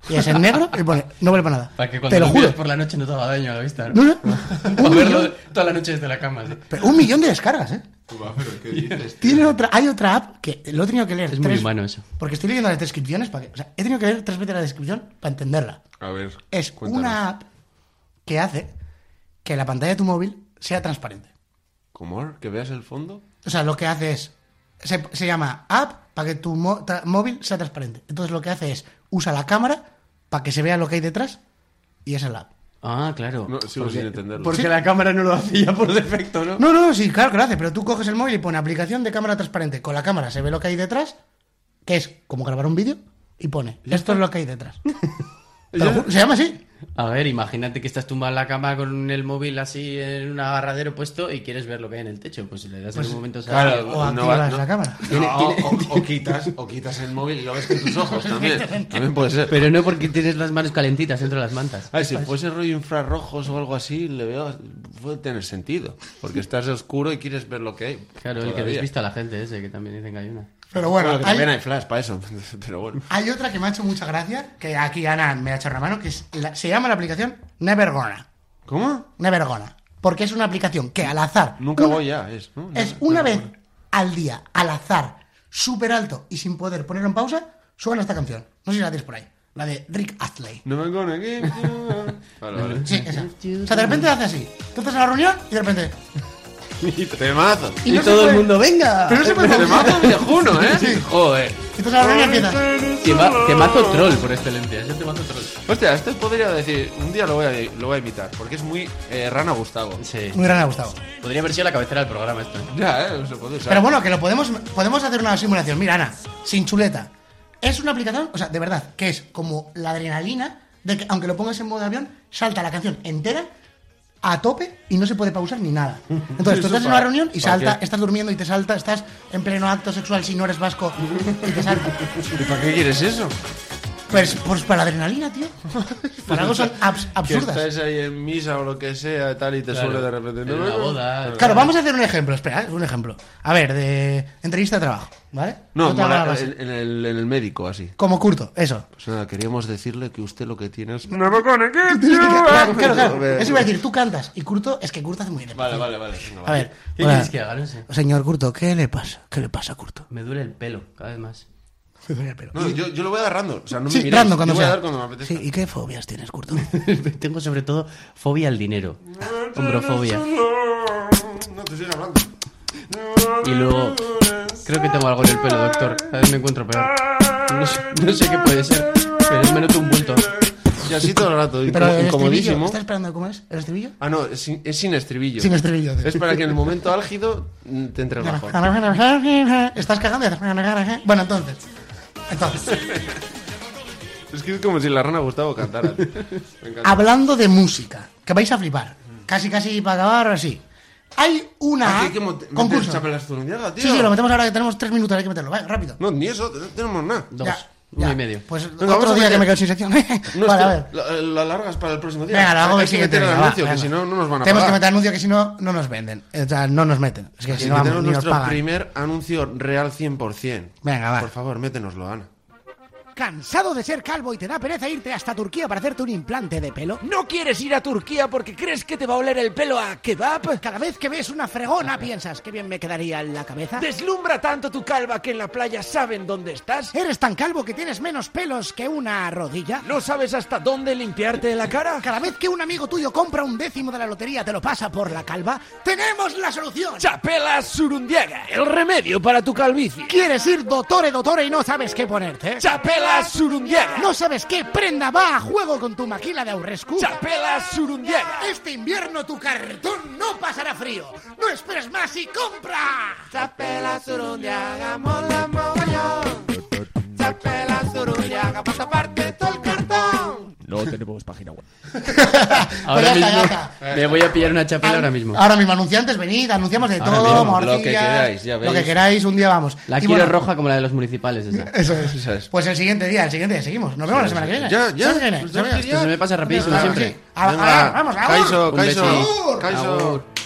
Y es en negro y pone, no vale para nada. Para que cuando Te lo miras juro. por la noche no te haga daño a la vista. No, ¿no? no. Para Un verlo millón, toda la noche desde la cama. así. pero un millón de descargas, ¿eh? pero ¿qué dices? Tiene otra, hay otra app que lo he tenido que leer. Es muy tres, humano eso. Porque estoy leyendo las descripciones. Para que, o sea, he tenido que leer tres veces la descripción para entenderla. A ver. Es cuéntanos. una app que hace que la pantalla de tu móvil sea transparente. ¿Comor? ¿Que veas el fondo? O sea, lo que hace es. Se, se llama app para que tu mo- tra- móvil sea transparente. Entonces lo que hace es usa la cámara para que se vea lo que hay detrás y esa es la app. Ah, claro. No, sigo sin entenderlo. Porque la cámara no lo hacía por defecto, ¿no? No, no, sí, claro que lo hace, pero tú coges el móvil y pone aplicación de cámara transparente. Con la cámara se ve lo que hay detrás, que es como grabar un vídeo, y pone, esto es lo que hay detrás. Te lo ju- se llama así. A ver, imagínate que estás tumbado en la cama con el móvil así en un agarradero puesto y quieres ver lo que hay en el techo. Pues si le das en un momento... se claro, abre. O No activas va- no. la cámara. No, o, o quitas, o quitas el móvil y lo ves con tus ojos también. También puede ser. Pero no porque tienes las manos calentitas dentro de las mantas. Ah, si fuese rollo infrarrojos o algo así, le veo. Puede tener sentido. Porque estás oscuro y quieres ver lo que hay. Claro, el que todavía. despista a la gente ese, que también dicen que hay una. Pero Bueno, bueno, que hay- también hay flash para eso. Pero bueno. Hay otra que me ha hecho mucha gracia, que aquí Ana me ha echado una mano, que es la- se llama la aplicación Nevergona. ¿Cómo? Nevergona. Porque es una aplicación que al azar. Nunca una- voy ya, es. ¿no? Es No, una no, vez bueno. al día, al azar, súper alto y sin poder ponerlo en pausa, suena esta canción. No sé si la tienes por ahí. La de Rick Astley. No me con aquí. Vale, vale. Sí, esa. O sea, de repente hace así. Tú estás en la reunión y de repente. Y temazo. Y, no se puede- venga. Pero no se puede pausar. Ah, Temazo viejuno, ¿eh? Sí. Joder. Tú estás en la reunión y empiezas. Te, ma- te mato troll por este ¿eh? excelencia, yo te mato troll. Hostia, esto podría decir. Un día lo voy a, lo voy a imitar. Porque es muy eh, rana Gustavo. Sí. Muy gran Gustavo. Podría haber sido la cabecera del programa esto. ¿eh? Ya, ¿eh? Se puede usar. Pero bueno, que lo podemos, podemos hacer una simulación. Mira, Ana, sin chuleta. Es una aplicación, o sea, de verdad, que es como la adrenalina de que aunque lo pongas en modo avión, salta la canción entera a tope y no se puede pausar ni nada. Entonces, Eso tú estás en una para- reunión y ¿para salta, qué? estás durmiendo y te salta, estás en pleno acto sexual si no eres vasco y te salta. ¿Y para qué quieres eso? Pues, pues para adrenalina, tío. Para algo son abs- Que absurdas. estás ahí en misa o lo que sea, tal, y te Claro. suele de repente. En una boda. Claro, vamos a hacer un ejemplo, espera, ¿eh? un ejemplo. A ver, de entrevista de trabajo, ¿vale? No, Yo te hago la mola- base. en, en el, en el médico, así. Como curto, eso. Pues nada, queríamos decirle que usted lo que tiene es. claro, claro, claro. Eso iba a decir, tú cantas. Y Curto, es que Curto hace muy bien. Vale, vale, vale. venga, A vale. ver. ¿Qué hola. quieres que haga? No sé. Señor Curto, ¿qué le pasa? ¿Qué le pasa a Curto? Me duele el pelo, cada vez más. Me duele el pelo. No, yo, yo lo voy agarrando. O sea, no me sí, miráis, random, yo cuando voy sea. a dar cuando me apetezca. Sí, ¿y qué fobias tienes, Curto? Tengo sobre todo fobia al dinero. Hombrofobia. No te sigas hablando. Y luego creo que tengo algo en el pelo, doctor. Cada vez me encuentro peor. No sé, no sé qué puede ser, pero me noto un bulto. Y así todo el rato, inco- Pero este el estribillo, incomodísimo. ¿estás esperando cómo es? ¿El estribillo? Ah, no, es sin, es sin estribillo. Sin estribillo. Es para que en el momento álgido mm, te entre bajo. Estás cagando y haces... Bueno, entonces... Entonces, Es que es como si la rana Gustavo cantara. tío. Me encanta. hablando de música, que vais a flipar. Casi, casi para acabar, ahora sí. Hay una... Ay, Ah, que mo- meter concurso. chapelas tú en mierda, tío. Sí, sí, lo metemos ahora que tenemos tres minutos, hay que meterlo. Vale, rápido. No, ni eso, no tenemos nada. Dos, Ya, uno ya. y medio. Pues Venga, vamos otro a día meter- que me quedo sin sección. No, vale, a espera, ver. la- la largas para el próximo día. Venga, lo hago Hay el que siguiente meter el día, va, anuncio, que venga. si no, no nos van a Tenemos que pagar. meter anuncio que si no, no nos venden. O sea, no nos meten. Es que si Si no, vamos, tenemos ni nos nuestro pagan. primer anuncio real 100%. Venga, va. Por favor, métenoslo, Ana. ¿Cansado de ser calvo y te da pereza irte hasta Turquía para hacerte un implante de pelo? ¿No quieres ir a Turquía porque crees que te va a oler el pelo a kebab? Ah, pues, Cada vez que ves una fregona piensas, qué bien me quedaría en la cabeza. ¿Deslumbra tanto tu calva que en la playa saben dónde estás? ¿Eres tan calvo que tienes menos pelos que una rodilla? ¿No sabes hasta dónde limpiarte la cara? Cada vez que un amigo tuyo compra un décimo de la lotería te lo pasa por la calva, tenemos la solución. Chapelas Surundiaga, el remedio para tu calvicie. ¿Quieres ir doctore, doctore y no sabes qué ponerte? ¿eh? Chapelas Surundiaga. ¿No sabes qué prenda va a juego con tu maquila de Aurrescu? Chapelas Surundiaga. Este invierno tu cartón no pasará frío. No esperes más y compra. Chapela Surundiaga, mola mogollón. Chapela Surundiaga, para taparte todo el cartón. Ahora Pues ya mismo está, ya está. me voy a pillar una Ah, chapela ahora mismo. Ahora mismo, anunciantes, venid, anunciamos de Ahora todo, mismo, lo morcillas, que queráis, ya Lo veis. que queráis, un día vamos. La Y quiero bueno, roja como la de los municipales esa. Eso es. Esa es. Pues el siguiente día, el siguiente día seguimos. Nos vemos la semana que viene. Ya, ya. ¿Sabes qué viene? Pues ¿Sabes ya qué Esto se me pasa rapidísimo Claro, siempre. sí. Ahora, ahora, vamos, ahora. Kaiso, Un Kaiso, besito. Kaiso. Agur.